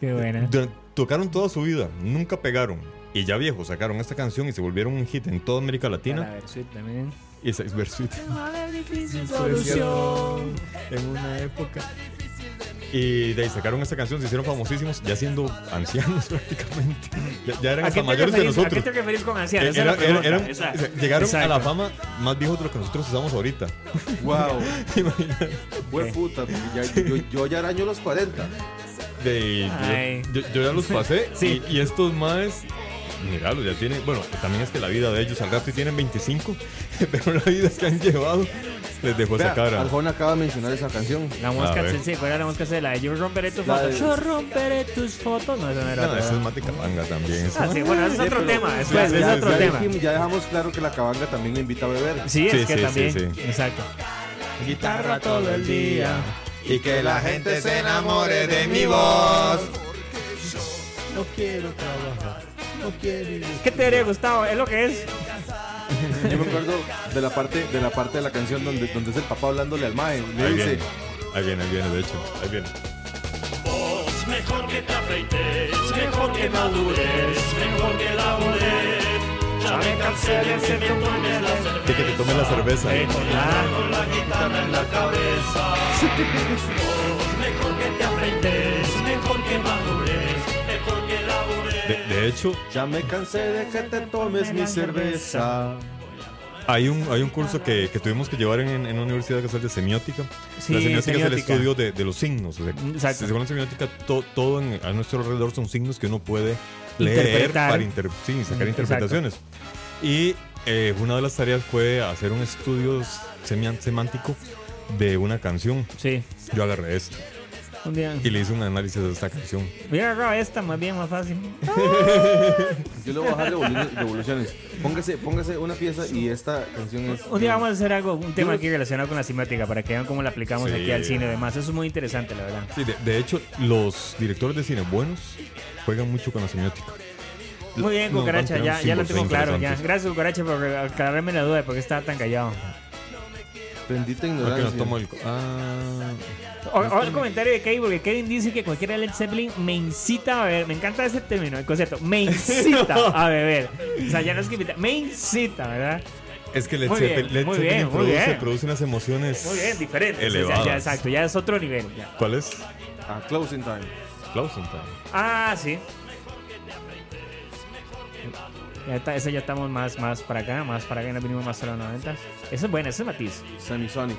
S4: Qué buena.
S3: Dur- Tocaron toda su vida, nunca pegaron. Y ya viejos sacaron esta canción y se volvieron un hit en toda América
S4: Para
S3: Latina.
S4: ver, sweet también.
S3: Y esa es Versuit. En una época. Y de ahí sacaron esta canción, se hicieron famosísimos, ya siendo ancianos prácticamente. Ya, ya eran
S4: ¿A qué
S3: hasta
S4: te
S3: mayores
S4: referís-
S3: de
S4: ¿A qué
S3: nosotros.
S4: te referís con anciano?
S3: Eh,
S4: Esa es la
S3: era- era-
S4: pregunta,
S3: eran-
S4: esa.
S3: o sea, llegaron a la
S4: Exacto.
S3: fama más viejos de lo que nosotros usamos ahorita.
S5: Wow.
S3: Imagínate.
S5: Buen puta, porque ya, yo, yo ya araño los 40.
S3: De-
S4: Ay.
S3: yo, yo ya los pasé
S4: Sí.
S3: y, y estos más, miralos, ya tienen, bueno, también es que la vida de ellos al rato y tienen 25, pero la vida que han llevado les dejó esa
S5: Vea,
S3: cara.
S5: Arjona acaba de mencionar esa canción.
S4: La mosca,
S3: A ver.
S4: sí, sí, ¿cuál era la mosca? Sí, La de Yo romperé tus
S5: La
S4: fotos.
S5: de-
S4: Yo romperé tus fotos. No, eso no era.
S3: No,
S4: otra,
S3: eso es
S4: ¿verdad?
S3: más de cabanga también. eso.
S4: Ah, sí, bueno, eso es otro tema. Después,
S3: sí,
S4: es
S3: sí,
S4: otro
S3: sí.
S4: tema.
S5: dijimos- pues, ya dejamos claro que la cabanga también invita a beber.
S4: Sí, es
S3: Sí,
S4: que
S3: sí,
S4: también.
S3: sí, sí.
S4: Exacto.
S5: Guitarra todo el día.
S3: Y que la gente se enamore de mi
S5: voz.
S4: ¿Qué te diría, Gustavo? ¿Es lo que es?
S5: Yo me acuerdo de la parte de la parte de la canción donde, donde es el papá hablándole al mae. Le
S3: Ahí
S5: dice,
S3: viene, ahí viene, ahí viene, de hecho, ahí viene.
S7: Vos, mejor que te afeites, mejor que madures, mejor que labores. Ya me cansé de que me tomes la cerveza
S3: Que, que te tome la cerveza.
S4: Ah,
S7: con la guitarra en la cabeza. Vos, mejor que te afeites, mejor que madures, mejor que labores.
S3: De, de hecho,
S5: ya me cansé de que te tomes mi cerveza.
S3: Hay un, hay un curso que, que tuvimos que llevar en, en una universidad que es el de semiótica.
S4: Sí,
S3: la semiótica, es el
S4: semiótica.
S3: estudio de, de los signos. o sea,
S4: Exacto.
S3: si- según la semiótica, to- todo en- a nuestro alrededor son signos que uno puede leer
S4: Interpretar.
S3: para inter- sí, sacar
S4: Mm,
S3: interpretaciones. Y eh, una de las tareas fue hacer un estudio semian- semántico de una canción.
S4: Sí.
S3: Yo agarré esto
S4: Un día.
S3: y le hice un análisis de esta canción.
S4: Hubiera agarrado esta más bien, más fácil.
S5: Yo le voy a bajar revoluciones. revoluciones. Póngase, póngase una pieza y esta canción es.
S4: Un día vamos a hacer algo, un tema aquí relacionado con la semiótica para que vean cómo la aplicamos
S3: Sí.
S4: aquí al cine y demás. Eso es muy interesante, la verdad.
S3: Sí, de, de hecho, los directores de cine buenos juegan mucho con la semiótica.
S4: Muy bien,
S3: Nos
S4: Cucaracha,
S3: van a
S4: ya,
S3: crear
S4: ya lo
S3: símbolos
S4: tengo claro. Ya.
S3: interesantes.
S4: Gracias, Cucaracha, por aclararme la duda de por qué estaba tan callado.
S5: Bendita
S3: Ah, que no
S5: ignorancia.
S3: tomo el- Ah.
S4: O- Ahora el comentario de Kevin, porque Kevin dice que cualquiera de Led Zeppelin me incita a beber. Me encanta ese término, el concepto. Me incita a beber. O sea, ya no es que invita, me incita, ¿verdad?
S3: Es que Led
S4: Muy bien,
S3: Zeppelin, Led
S4: muy
S3: Zeppelin
S4: bien, muy
S3: produce,
S4: bien.
S3: produce unas emociones
S4: Muy bien, diferente. O sea,
S3: elevadas.
S4: ya, exacto, ya es otro nivel. ya.
S3: ¿Cuál es?
S5: A Closing Time.
S3: Klausenthal.
S4: Ah, sí. Ya está, ese ya estamos más, más para acá, más para acá, nos vinimos más a los 90. Eso es bueno, ese es matiz.
S5: Semisonic.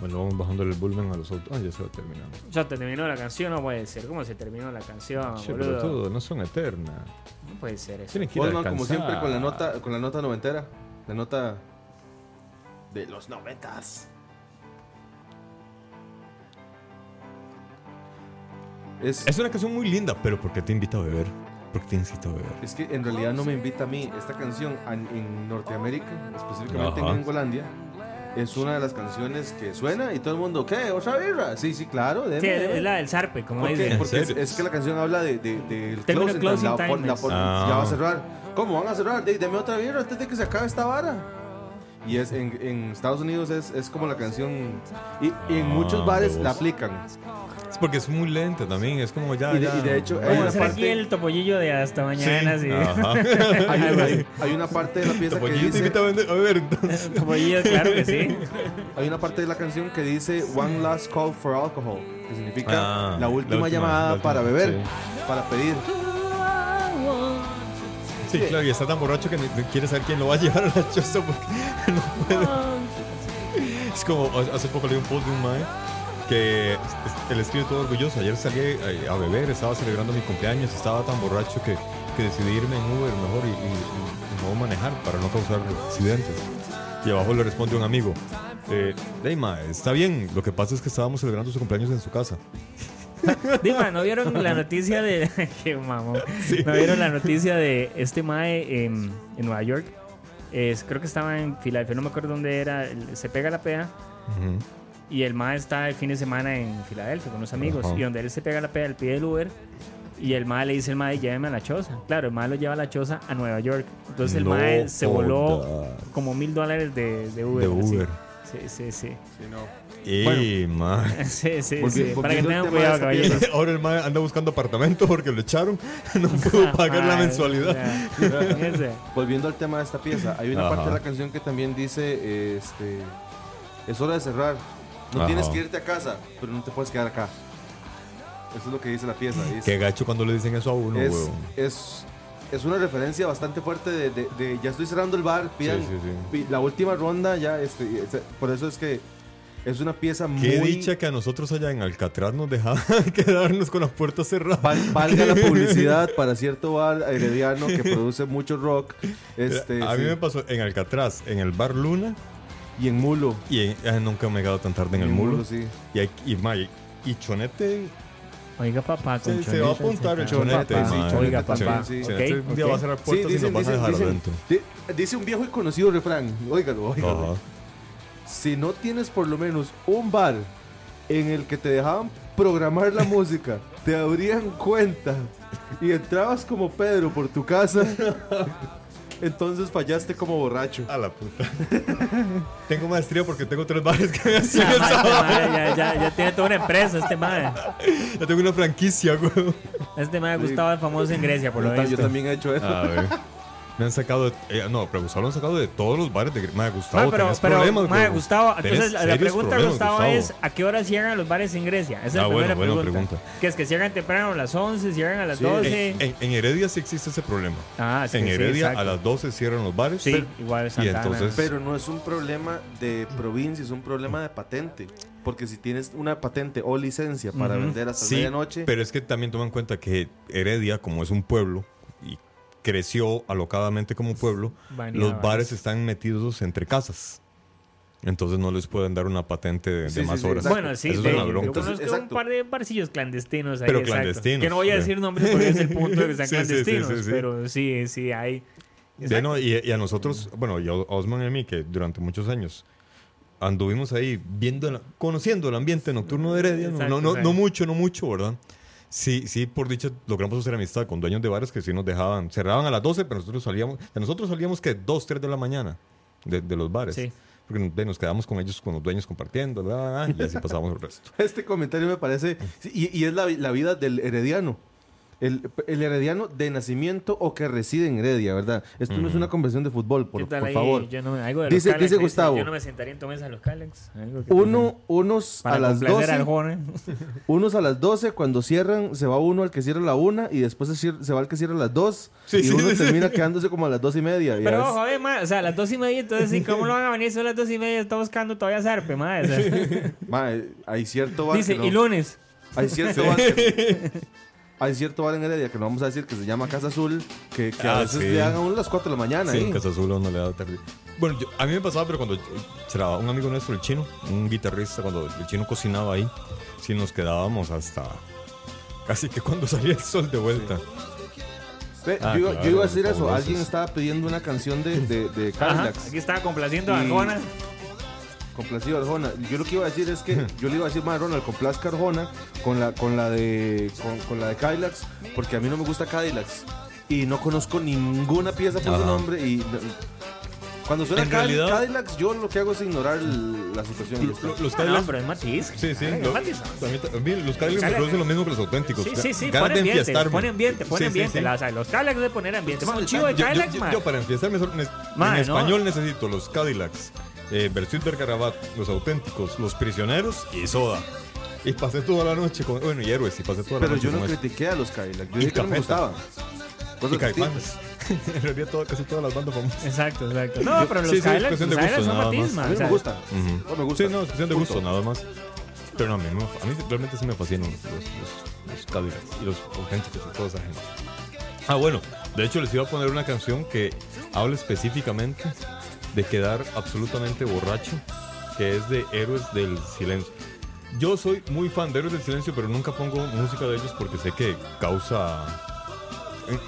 S3: Bueno, vamos bajando el volumen a los autos. Ah, ya se va terminando.
S4: Ya te terminó la canción, no puede ser. ¿Cómo se terminó la canción,
S3: Che, pero
S4: boludo?
S3: todo, no son eternas.
S4: No puede ser eso.
S3: Tienen que ir a
S5: Goldman, Pues, como
S3: descansar.
S5: siempre, con la nota, con la nota noventera. La nota de los noventas. Es,
S3: Es una canción muy linda, pero ¿por qué te invita a beber? ¿Por qué te incita a beber?
S5: es que en realidad no me invita a mí. Esta canción an- en Norteamérica, específicamente
S3: Ajá.
S5: en Golandia, es una de las canciones que suena y todo el mundo, ¿qué? ¿Otra birra? Sí, sí, claro. deme,
S4: Sí,
S5: deme".
S4: es la del zarpe, como
S5: ¿Por qué?
S4: dice.
S5: Porque es,
S3: serio?
S5: es que la canción habla de, de- del
S4: Término
S5: closing,
S4: closing
S5: la,
S4: time
S5: for- la
S4: es-
S5: for-
S3: Ah.
S5: ya va a cerrar. ¿Cómo van a cerrar? De- Deme otra birra antes de que se acabe esta vara. Y es en, en Estados Unidos es, es como la canción y, y en
S3: Ah,
S5: muchos bares
S3: huevos.
S5: la aplican.
S3: Es porque es muy lenta también. Es como ya.
S5: Y de-
S3: ya.
S5: y de hecho,
S3: Vaya.
S4: Vamos
S5: hay
S4: a
S5: una
S4: hacer aquí
S5: parte-
S4: el topollillo de hasta mañana, sí.
S3: Ajá.
S5: Hay, hay- hay una parte de la pieza que
S3: Topollillo te
S5: dice,
S3: invita a vender- a beber. entonces.
S4: Topollillo, claro que sí.
S5: hay una parte de la canción que dice One Last Call for Alcohol, que significa
S3: Ah,
S5: la, última
S3: la última,
S5: llamada
S3: la última,
S5: para beber,
S3: sí.
S5: para pedir.
S3: Sí, claro, y está tan borracho que ni- ni quiere saber quién lo va a llevar a la choza porque no puede. Es como ha- hace poco leí un post de un mae que es- es- el espíritu todo orgulloso. Ayer salí eh, a beber, estaba celebrando mi cumpleaños, estaba tan borracho que, que decidí irme en Uber mejor y, y- y no manejar para no causar accidentes. Y abajo le responde un amigo. Eh, "Dey, mae, está bien, lo que pasa es que estábamos celebrando su cumpleaños en su casa.
S4: Dima, ¿no vieron la noticia de. Qué mamón. ¿No vieron la noticia de este Mae en, en Nueva York? Es- creo que estaba en Filadelfia, no me acuerdo dónde era. el- Se pega la peda
S3: Ujú.
S4: y el Mae está el fin de semana en Filadelfia con unos amigos.
S3: Ajá.
S4: Y donde él se pega la peda, él pide el Uber. Y el mae le dice el mae, lléveme a la choza. Claro, el mae lo lleva a la choza a Nueva York. Entonces el
S3: No
S4: mae se voló
S3: jodas.
S4: como mil dólares de, de Uber.
S3: De
S4: así.
S3: Uber.
S4: Sí, sí, sí.
S3: Y mae.
S4: Sí, sí,
S5: Volvi-
S4: sí. Para que tengan
S5: volviendo al tema de
S4: cuidado,
S5: esta
S4: caballero.
S5: pieza.
S3: Ahora el mae anda buscando apartamento porque lo echaron. No pudo pagar la
S4: Ajá,
S3: mensualidad.
S4: o sea, fíjense.
S5: Volviendo al tema de esta pieza, hay una
S3: Ajá.
S5: parte de la canción que también dice, eh, este, es hora de cerrar. No
S3: Ajá.
S5: tienes que irte a casa, pero no te puedes quedar acá. Eso es lo que dice la pieza.
S3: Qué
S5: dice,
S3: gacho cuando le dicen eso a uno,
S5: es,
S3: huevón.
S5: es, es una referencia bastante fuerte de, de- de ya estoy cerrando el bar, pidan
S3: Sí, sí, sí.
S5: pi- la última ronda ya, este, y este- por eso es que es una pieza
S3: Qué
S5: muy...
S3: dicha que a nosotros allá en Alcatraz nos dejaban quedarnos con la puerta cerrada.
S5: val- valga la publicidad para cierto bar herediano que produce mucho rock este,
S3: a mí
S5: sí,
S3: me pasó en Alcatraz, en el bar Luna,
S5: y en Mulo.
S3: y en- ah, nunca me he quedado tan tarde en el mulo.
S5: sí.
S3: Y, hay- y, mae, y Chonete
S4: Oiga, papá, con
S3: se, se va a
S4: choneta,
S3: apuntar el
S4: sí,
S3: Chonete.
S5: papá.
S3: mae.
S5: Sí, Chonete
S4: Oiga,
S5: también,
S4: papá.
S5: sí.
S3: Chonete
S4: Ok,
S3: un este día
S4: ok.
S3: va a cerrar
S5: Sí,
S3: puertas y
S5: dicen,
S3: nos van a
S5: dicen,
S3: dejar
S5: dicen.
S3: adentro.
S5: Di- dice un viejo y conocido refrán. Óigalo, óigalo.
S3: Ajá.
S5: Si no tienes por lo menos un bar en el que te dejaban programar la música, te abrían cuenta y entrabas como Pedro por tu casa, entonces fallaste como borracho.
S3: A la puta. tengo maestría porque tengo tres bares que me hacen
S4: Ya,
S3: el sábado.
S4: madre, ya, ya, ya tiene toda una empresa este madre.
S3: Ya tengo una franquicia, güey.
S4: Este madre Gustavo es famoso en Grecia, por lo
S5: Yo ta- yo
S4: visto.
S3: Ah.
S5: también he hecho eso.
S3: A ver. Me han sacado. de- eh, no, pero a Gustavo lo han sacado de todos los bares de. Madre, Gustavo,
S4: Ma, pero,
S3: tenés
S4: pero,
S3: problemas,
S4: ma,
S3: güey.
S4: Gustavo,
S3: Tenés
S4: entonces la- la
S3: serios
S4: pregunta,
S3: problemas,
S4: Gustavo, es: ¿a qué hora cierran los bares en Grecia? Esa es la
S3: Ah, bueno,
S4: primera
S3: buena
S4: pregunta.
S3: pregunta.
S4: Que es que cierran temprano a las 11, cierran a las
S5: Sí.
S4: 12.
S3: En, en- en Heredia sí existe ese problema.
S4: eh, ah, sí,
S3: en
S4: sí,
S3: Heredia
S4: exacto.
S3: a las 12 cierran los bares.
S4: Sí,
S3: pero-
S4: igual
S3: y
S4: Santa Ana.
S3: entonces-
S5: Pero no es un problema de provincia, es un problema de patente. Porque si tienes una patente o licencia para
S4: Ujú.
S5: vender hasta la
S3: Sí,
S5: medianoche,
S3: pero es que también toman en cuenta que Heredia, como es un pueblo y creció alocadamente como pueblo,
S4: Van y a
S3: los
S4: bares.
S3: bares están metidos entre casas. Entonces no les pueden dar una patente de, de
S5: Sí, sí,
S3: más
S5: sí,
S3: horas.
S5: exacto.
S4: Bueno, sí,
S3: Eso
S4: de-
S3: es una
S4: yo
S3: bronca.
S5: Entonces,
S4: conozco un
S5: exacto.
S4: par de barcillos clandestinos ahí,
S3: Pero
S4: exacto.
S3: clandestinos,
S4: Que no voy a
S3: sí.
S4: decir nombres porque es el punto de que sean
S3: Sí, sí, sí,
S4: clandestinos,
S3: sí, sí.
S4: pero sí, sí, hay.
S3: De no, y, y a nosotros, bueno, y a Osman y a mí, que durante muchos años anduvimos ahí viendo, la- conociendo el ambiente nocturno de Heredia, no-
S4: Exacto,
S3: no, no,
S4: exacto.
S3: no mucho, no mucho, ¿verdad? Sí, sí, por dicha, logramos hacer amistad con dueños de bares que sí nos dejaban, cerraban a las 12, pero nosotros salíamos, de nosotros salíamos que 2, 3 de la mañana de, de los bares.
S4: Sí.
S3: Porque de, nos quedamos con ellos, con los dueños compartiendo, bla, bla, bla, y así pasábamos el resto.
S5: este comentario me parece. Y, y es la, la vida del herediano. El, el herediano de nacimiento o que reside en Heredia, ¿verdad? Esto no es una convención de fútbol, por,
S4: ¿Qué tal
S5: por
S4: ahí?
S5: favor.
S4: Yo no me- algo de los
S5: Dice-
S4: Calax,
S5: dice Gustavo.
S4: Yo no me sentaría en tomes a los Calax. algo que-
S5: Uno, unos
S4: para
S5: a las
S4: complacer
S5: 12.
S4: al joven.
S5: Unos a las 12, cuando cierran, se va uno al que cierra a la una y después se, cier- se va al que cierra a las 2.
S3: Sí,
S5: y
S3: sí,
S5: uno
S3: sí, sí.
S5: termina quedándose como a las dos y media. y
S4: Pero
S5: es-
S4: ojo, eh, ma, o sea, a las dos y media, entonces, ¿y cómo lo van a venir? Son las dos y media, está buscando todavía zarpe, ma. o sea.
S5: Mae, eh, hay cierto bar
S4: dice,
S5: que no-
S4: y lunes.
S5: hay cierto bar que- hay cierto bar en Heredia que no vamos a decir que se llama Casa Azul, que, que a
S3: Ah,
S5: veces
S3: sí.
S5: le dan a uno las 4 de la mañana.
S3: Sí,
S5: ahí.
S3: en Casa Azul a uno le da tarde. Bueno, yo- a mí me pasaba, pero cuando yo- tra- un amigo nuestro, el chino, un guitarrista, cuando el chino cocinaba ahí, sí nos quedábamos hasta casi que cuando salía el sol de vuelta.
S5: Ve,
S3: Ah,
S5: yo,
S3: claro,
S5: yo iba a decir eso,
S3: fabulosos.
S5: alguien estaba pidiendo una canción de, de, de
S4: Ajá,
S5: Cadillacs,
S4: aquí estaba complaciendo a
S5: Y-
S4: Arjona.
S5: complacido a Arjona. Yo lo que iba a decir es que yo le iba a decir, más Ronald, complazca a Arjona con la, con la de con, con la de Cadillacs, porque a mí no me gusta Cadillacs. Y no conozco ninguna pieza por su
S3: Ajá.
S5: nombre y cuando suena
S3: En
S5: Cad-
S3: realidad-
S5: Cadillacs, yo lo que hago es ignorar el- la situación. y ya está.
S3: Lo- Los
S4: Ah, No,
S3: Cadillacs-
S4: pero es matiz.
S3: Sí, sí.
S4: Ay,
S3: lo-
S4: Matiz.
S3: a mí ta- a mí los Cadillacs me
S4: Cadillac-
S3: producen lo mismo que los auténticos.
S4: Sí, sí, sí,
S3: Ganas
S4: pone
S3: de
S4: ambiente,
S3: enfiestarme.
S4: pone ambiente, pone
S3: Sí, sí,
S4: ambiente.
S3: sí.
S4: La- o sea, los Cadillacs de poner ambiente. Ma, un chivo
S3: Yo-
S4: de
S3: yo-
S4: Cadillacs,
S3: yo,
S4: ma.
S3: yo para enfiestarme solo ne-
S4: Ma,
S3: en
S4: no.
S3: español necesito los Cadillacs, eh, Bersuit Bergarabat, los auténticos, los prisioneros y soda. Y pasé toda la noche con. Bueno, y héroes, y pasé toda la
S5: Pero
S3: noche
S5: yo no
S3: con eso.
S5: critiqué a los Cadillacs, yo
S3: Y
S5: dije que no me
S3: Cafeta.
S5: gustaban. Cosas
S3: Y
S5: distintas.
S3: Caifanes. en realidad todo- casi todas las bandas famosas.
S4: Exacto, exacto. No, pero los
S3: sí, sí, es
S4: Cadillacs
S3: cuestión
S4: los
S3: de
S4: Cadillacs
S3: gusto,
S4: son
S3: nada
S4: matiz,
S3: más.
S4: ma.
S5: A
S4: o
S5: mí no
S4: sea,
S5: me gustan. No me
S3: Sí,
S5: gustan.
S3: no, es cuestión de
S5: Punto.
S3: gusto nada más. Pero no, a mí, me- a mí realmente sí me fascinan los, los, los Cadillacs y los auténticos y toda esa gente. Ah, bueno, de hecho les iba a poner una canción que habla específicamente de quedar absolutamente borracho, que es de Héroes del Silencio. Yo soy muy fan de Héroes del Silencio, pero nunca pongo música de ellos porque sé que causa eh,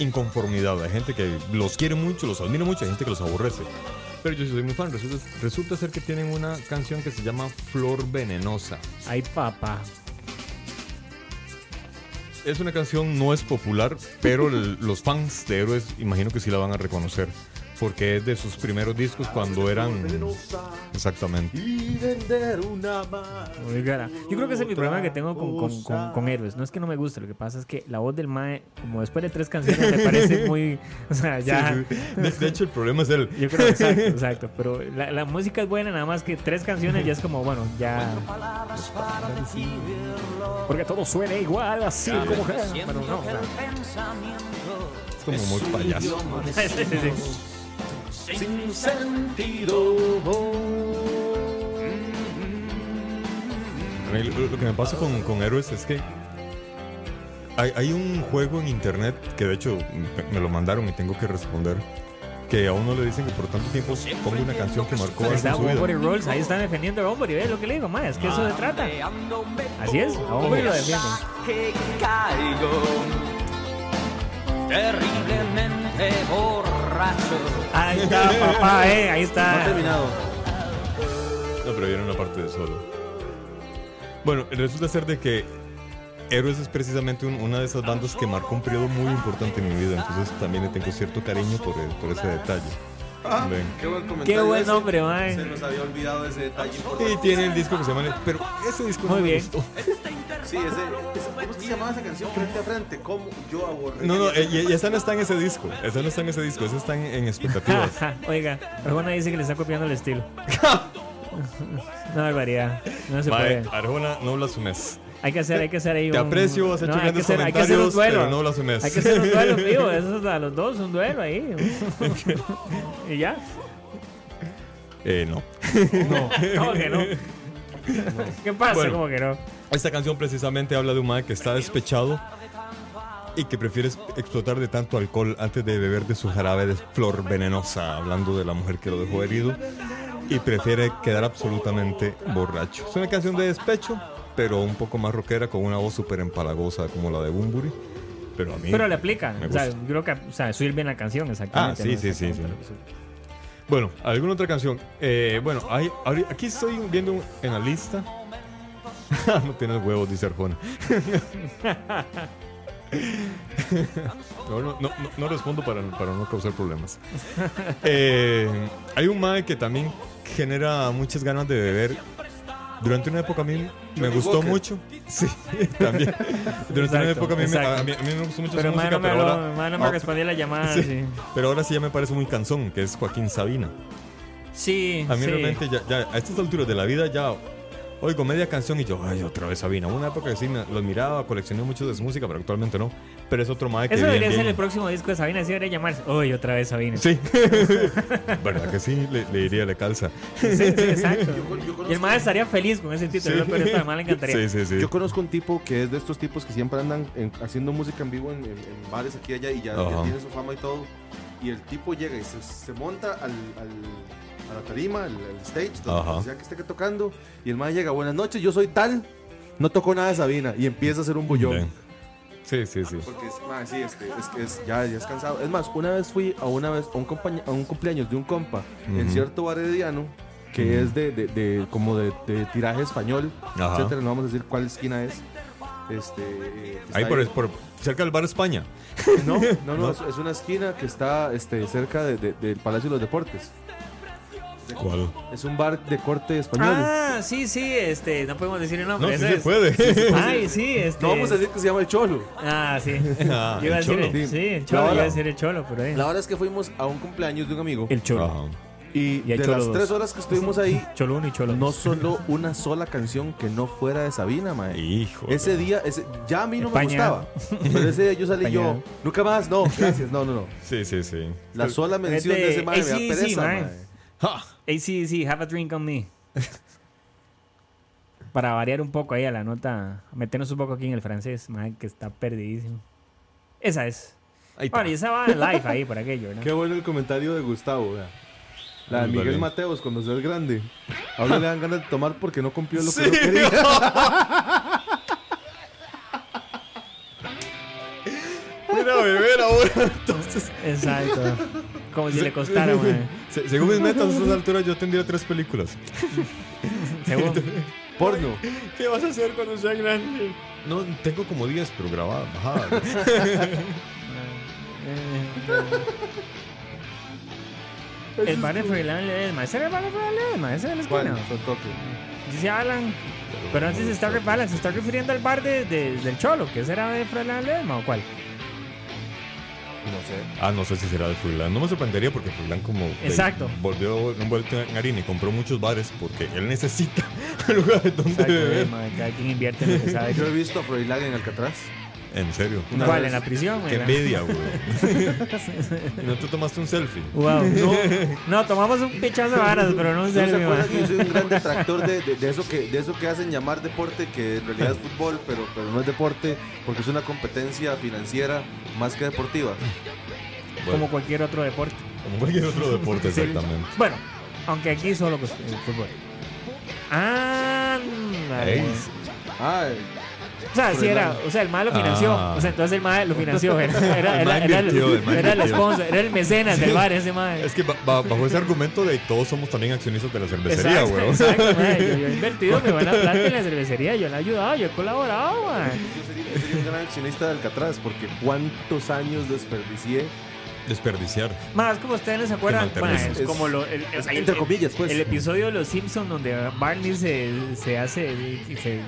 S3: inconformidad. Hay gente que los quiere mucho, los admira mucho, hay gente que los aborrece. Pero yo sí soy muy fan. Resulta, resulta ser que tienen una canción que se llama Flor Venenosa.
S4: Ay, papá.
S3: Es una canción, no es popular, pero el- los fans de Héroes imagino que sí la van a reconocer. Porque es de sus primeros discos cuando eran... Exactamente.
S2: Y vender una más.
S4: Muy cara. Yo creo que ese es mi
S2: Otra
S4: problema que tengo con, con, con,
S2: cosa.
S4: con héroes. No es que no me guste, lo que pasa es que la voz del Mae, como después de tres canciones, me parece muy. O sea, ya.
S3: Sí, sí. De, de hecho, el problema es el...
S4: Yo creo que exacto, exacto. Pero la, la música es buena, nada más que tres canciones ya es como, bueno, ya. Porque todo suena igual, así como que. Pero no, claro.
S3: Es como muy payaso.
S4: Sí, sí, sí.
S2: Sin sentido.
S3: A mí Lo, lo que me pasa con, con Héroes es que hay, hay un juego en internet que de hecho me, me lo mandaron y tengo que responder. Que a uno le dicen que por tanto tiempo ponga una canción que marcó algo en
S4: Está
S3: su vida.
S4: Bunbury Rolls, ahí están defendiendo a Bunbury, ¿ves lo que le digo, Mae? Es que eso se trata. Así es, a Bunbury lo defienden.
S1: que caigo terriblemente borracho.
S4: Ahí está, papá, eh, ahí
S5: No ha
S4: está.
S5: terminado.
S3: No, pero vieron la parte de solo. Bueno, resulta ser de que Héroes es precisamente un- una de esas bandas que marcó un periodo muy importante en mi vida. Entonces también le tengo cierto cariño por, por ese detalle. Ven.
S5: Qué buen comentario
S4: Qué buen
S5: ese.
S4: nombre, Mae.
S5: Se nos había olvidado ese detalle. importante.
S3: Y tiene el disco que se llama... Pero ese disco
S4: Muy
S3: no me
S4: bien.
S3: gustó.
S5: Sí, ese, ese- ¿cómo es que se llamaba esa canción? Frente a frente. ¿Cómo yo aborré?
S3: No, no, eh, y, y esa no está en ese disco. Esa no está en ese disco. Esa está en, en expectativas.
S4: Oiga, Arjona dice que le está copiando el estilo. Una barbaridad. No se
S3: Mae,
S4: puede.
S3: Arjona, no blasfemes.
S4: Hay que hacer, hay que hacer ahí
S3: eh, Te
S4: un-
S3: aprecio, has hecho
S4: hay que
S3: grandes
S4: hacer- hay que hacer un
S3: comentarios,
S4: duelo.
S3: pero no blasfemes.
S4: Hay que hacer un duelo, amigo. Eso es a los dos, un duelo ahí. y ya.
S3: Eh, no.
S4: ¿Cómo que no? ¿Qué pasa?
S3: Bueno.
S4: ¿Cómo que no?
S3: Esta canción precisamente habla de un mae que está despechado y que prefiere es- explotar de tanto alcohol antes de beber de su jarabe de flor venenosa, hablando de la mujer que lo dejó herido y prefiere quedar absolutamente borracho. Es una canción de despecho, pero un poco más rockera con una voz súper empalagosa como la de Bumburi. Pero a mí
S4: Pero le aplica.
S3: me
S4: O sea,
S3: gusta.
S4: yo creo que o sea, subir bien la canción, exactamente.
S3: Ah, sí,
S4: ¿no?
S3: sí, sí,
S4: Exactamente.
S3: Bueno, ¿alguna otra canción? Eh, bueno, hay, ahori- aquí estoy viendo un- en la lista. no tienes huevos, dice Arjona. no, no, no, no- no respondo para, para no causar problemas. Eh, hay un mae que también genera muchas ganas de beber. Durante una época a mí me gustó
S5: Walker.
S3: mucho. Sí, también. Durante
S4: Exacto,
S3: una época a mí, me-
S4: exacto.
S3: a mí- a mí me gustó mucho
S4: Pero
S3: su
S4: madre
S3: música,
S4: no me,
S3: pero
S4: habló,
S3: ahora-
S4: madre no me
S3: ah,
S4: respondió la llamada.
S3: Sí.
S4: Sí,
S3: Pero ahora sí ya me parece muy cansón, que es Joaquín Sabina.
S4: sí.
S3: A mí
S4: sí.
S3: realmente ya, ya a estas alturas de la vida ya oigo media canción y yo, ay, otra vez Sabina. Una época que sí me- los miraba, coleccioné mucho de su música, pero actualmente no. Pero es otro mae que
S4: Eso
S3: bien,
S4: debería ser
S3: bien-
S4: el próximo disco de Sabina. Así debería llamarse. Uy, otra vez Sabina.
S3: Sí. ¿Verdad que sí? Le, le diría, le calza.
S4: Sí, sí, exacto.
S5: Yo- yo conozco-
S4: Y el maestro estaría feliz con ese título. Pero esto además le encantaría.
S3: Sí, sí, sí.
S5: Yo conozco un tipo que es de estos tipos que siempre andan en- haciendo música en vivo en, en- en bares aquí y allá y ya, ya
S3: Ajá.
S5: tiene su fama y todo. Y el tipo llega y se, se monta al, al- a la tarima, al, al stage, donde
S3: Ajá.
S5: sea que esté tocando. Y el man llega, buenas noches, yo soy tal, no toco nada de Sabina. Y empieza a hacer un bullón.
S3: Bien. Sí, sí, sí.
S5: Porque es, ma, sí, es que, es que es- ya, ya es cansado. Es más, una vez fui a una vez a un, compañe- a un cumpleaños de un compa en
S3: Ujú.
S5: cierto bar herediano que es de, de- de- como de, de tiraje español,
S3: Ajá.
S5: etcétera. No vamos a decir cuál esquina es. Este, eh, está
S3: Ahí por, por- cerca del bar España.
S5: No, no, no, es- es una esquina que está este, cerca de- de- del Palacio de los Deportes.
S3: ¿Cuál?
S5: Es un bar de corte español.
S4: Ah, sí, sí, este, no podemos decir el nombre.
S3: No, sí
S4: eso
S3: se
S4: es.
S3: puede.
S4: Ay, sí, este.
S5: no vamos a decir que se llama el Cholo.
S4: Ah, sí.
S3: Ah,
S4: yo iba a
S3: el
S4: decir
S3: Cholo.
S4: el, sí, el
S5: La
S4: cholo, yo iba
S5: hora.
S4: a decir el cholo, pero ahí.
S5: La verdad es que fuimos a un cumpleaños de un amigo
S4: El cholo.
S3: Ajá.
S5: y,
S4: y hay
S5: de
S4: Cholo
S5: las
S4: dos.
S5: tres horas que estuvimos ahí
S4: Cholo 1 y cholo.
S5: No
S4: 2.
S5: solo una sola canción que no fuera de Sabina, mae.
S3: Hijo.
S5: Ese día, ese, ya a mí no
S4: España.
S5: me gustaba. Pero ese día yo salí y yo,
S4: España.
S5: nunca más, no, gracias, no, no, no.
S3: Sí, sí, sí.
S5: La sola mención
S4: Este,
S5: de ese mae me da
S4: AC/DC,
S5: pereza,
S4: mae.
S5: mae.
S3: Ja.
S4: ACDC, have a drink on me. Para variar un poco ahí a la nota, meternos un poco aquí en el francés, madre, que está perdidísimo. Esa es.
S3: Ahí
S4: Bueno, y esa va en live ahí por aquello, ¿verdad?
S5: Qué bueno el comentario de Gustavo, vea. La de
S3: Muy
S5: Miguel
S3: valiente.
S5: Mateos cuando se ve el grande. Ahora le dan ganas de tomar porque no cumplió lo que
S3: Sí.
S5: yo quería.
S3: Mira, beber ahora. Entonces.
S4: Exacto. Como si le costara, madre.
S3: Se- según mis metas a estas alturas yo tendría tres películas.
S4: Según.
S5: Porno.
S3: ¿Qué vas a hacer cuando sea grande? No, tengo como 10, pero grabadas, bajadas.
S4: Eh. El bar de Froilán Ledesma. maestro el bar de Froilán Ledesma? ¿Ese de la esquina?
S5: Bueno, son toque.
S4: Dice Alan. Pero antes se está, re- Alan, se está refiriendo al bar de, de- del Cholo, que será de Froilán Ledesma o cuál.
S5: No sé.
S3: ah, no sé si será de Fulán. No me sorprendería porque Fulán como... de-
S4: Exacto.
S3: volvió un vuelto en harina y compró muchos bares porque él necesita lugares donde
S4: Exacto, eh,
S3: beber.
S4: madre, cada quien invierte en lo que sabe.
S5: Yo he visto a Froilán en Alcatraz.
S3: En serio.
S5: Una
S4: ¿Cuál?
S5: vez.
S4: ¿En la prisión?
S3: Qué
S4: ¿verdad?
S3: envidia, güey. ¿Y no te tomaste un selfie?
S4: Wow. No, no, tomamos un pichazo de varas, pero no un
S5: ¿No se
S4: selfie,
S5: acuerdan
S4: madre.
S5: que yo soy un gran detractor de, de- de eso que, de eso que hacen llamar deporte, que en realidad es fútbol, pero, pero no es deporte, porque es una competencia financiera más que deportiva?
S4: Como
S3: Bueno,
S4: cualquier otro deporte.
S3: como cualquier otro deporte,
S4: Sí.
S3: exactamente.
S4: Bueno, aunque aquí solo pues, el fútbol. Anda.
S3: Ey,
S4: madre.
S5: Ah,
S4: O sea, sí era, o sea, el mal lo financió.
S3: Ah.
S4: O sea, entonces el mal lo financió. Era, era, era,
S3: El mae
S4: era el,
S3: invirtió, el mae
S4: era el
S3: invirtió.
S4: sponsor, era el mecenas del
S3: Sí.
S4: bar ese mae.
S3: Es que ba- ba- bajo ese argumento de todos somos también accionistas de la cervecería,
S4: Exacto,
S3: güey.
S4: exacto, mae. Yo, yo he invertido mi buena plata en la cervecería, yo le he ayudado, yo he colaborado, mae.
S5: yo sería, yo sería un gran accionista de Alcatraz, porque ¿cuántos años desperdicié?
S3: Desperdiciar.
S4: Más como ustedes no se acuerdan,
S3: Qué mal
S4: mae,
S3: terrorismo.
S4: es
S5: Es-
S4: como lo, el, o sea,
S5: Entre
S4: el-
S5: comillas, pues.
S4: el episodio de Los Simpsons donde Barney se, se hace, se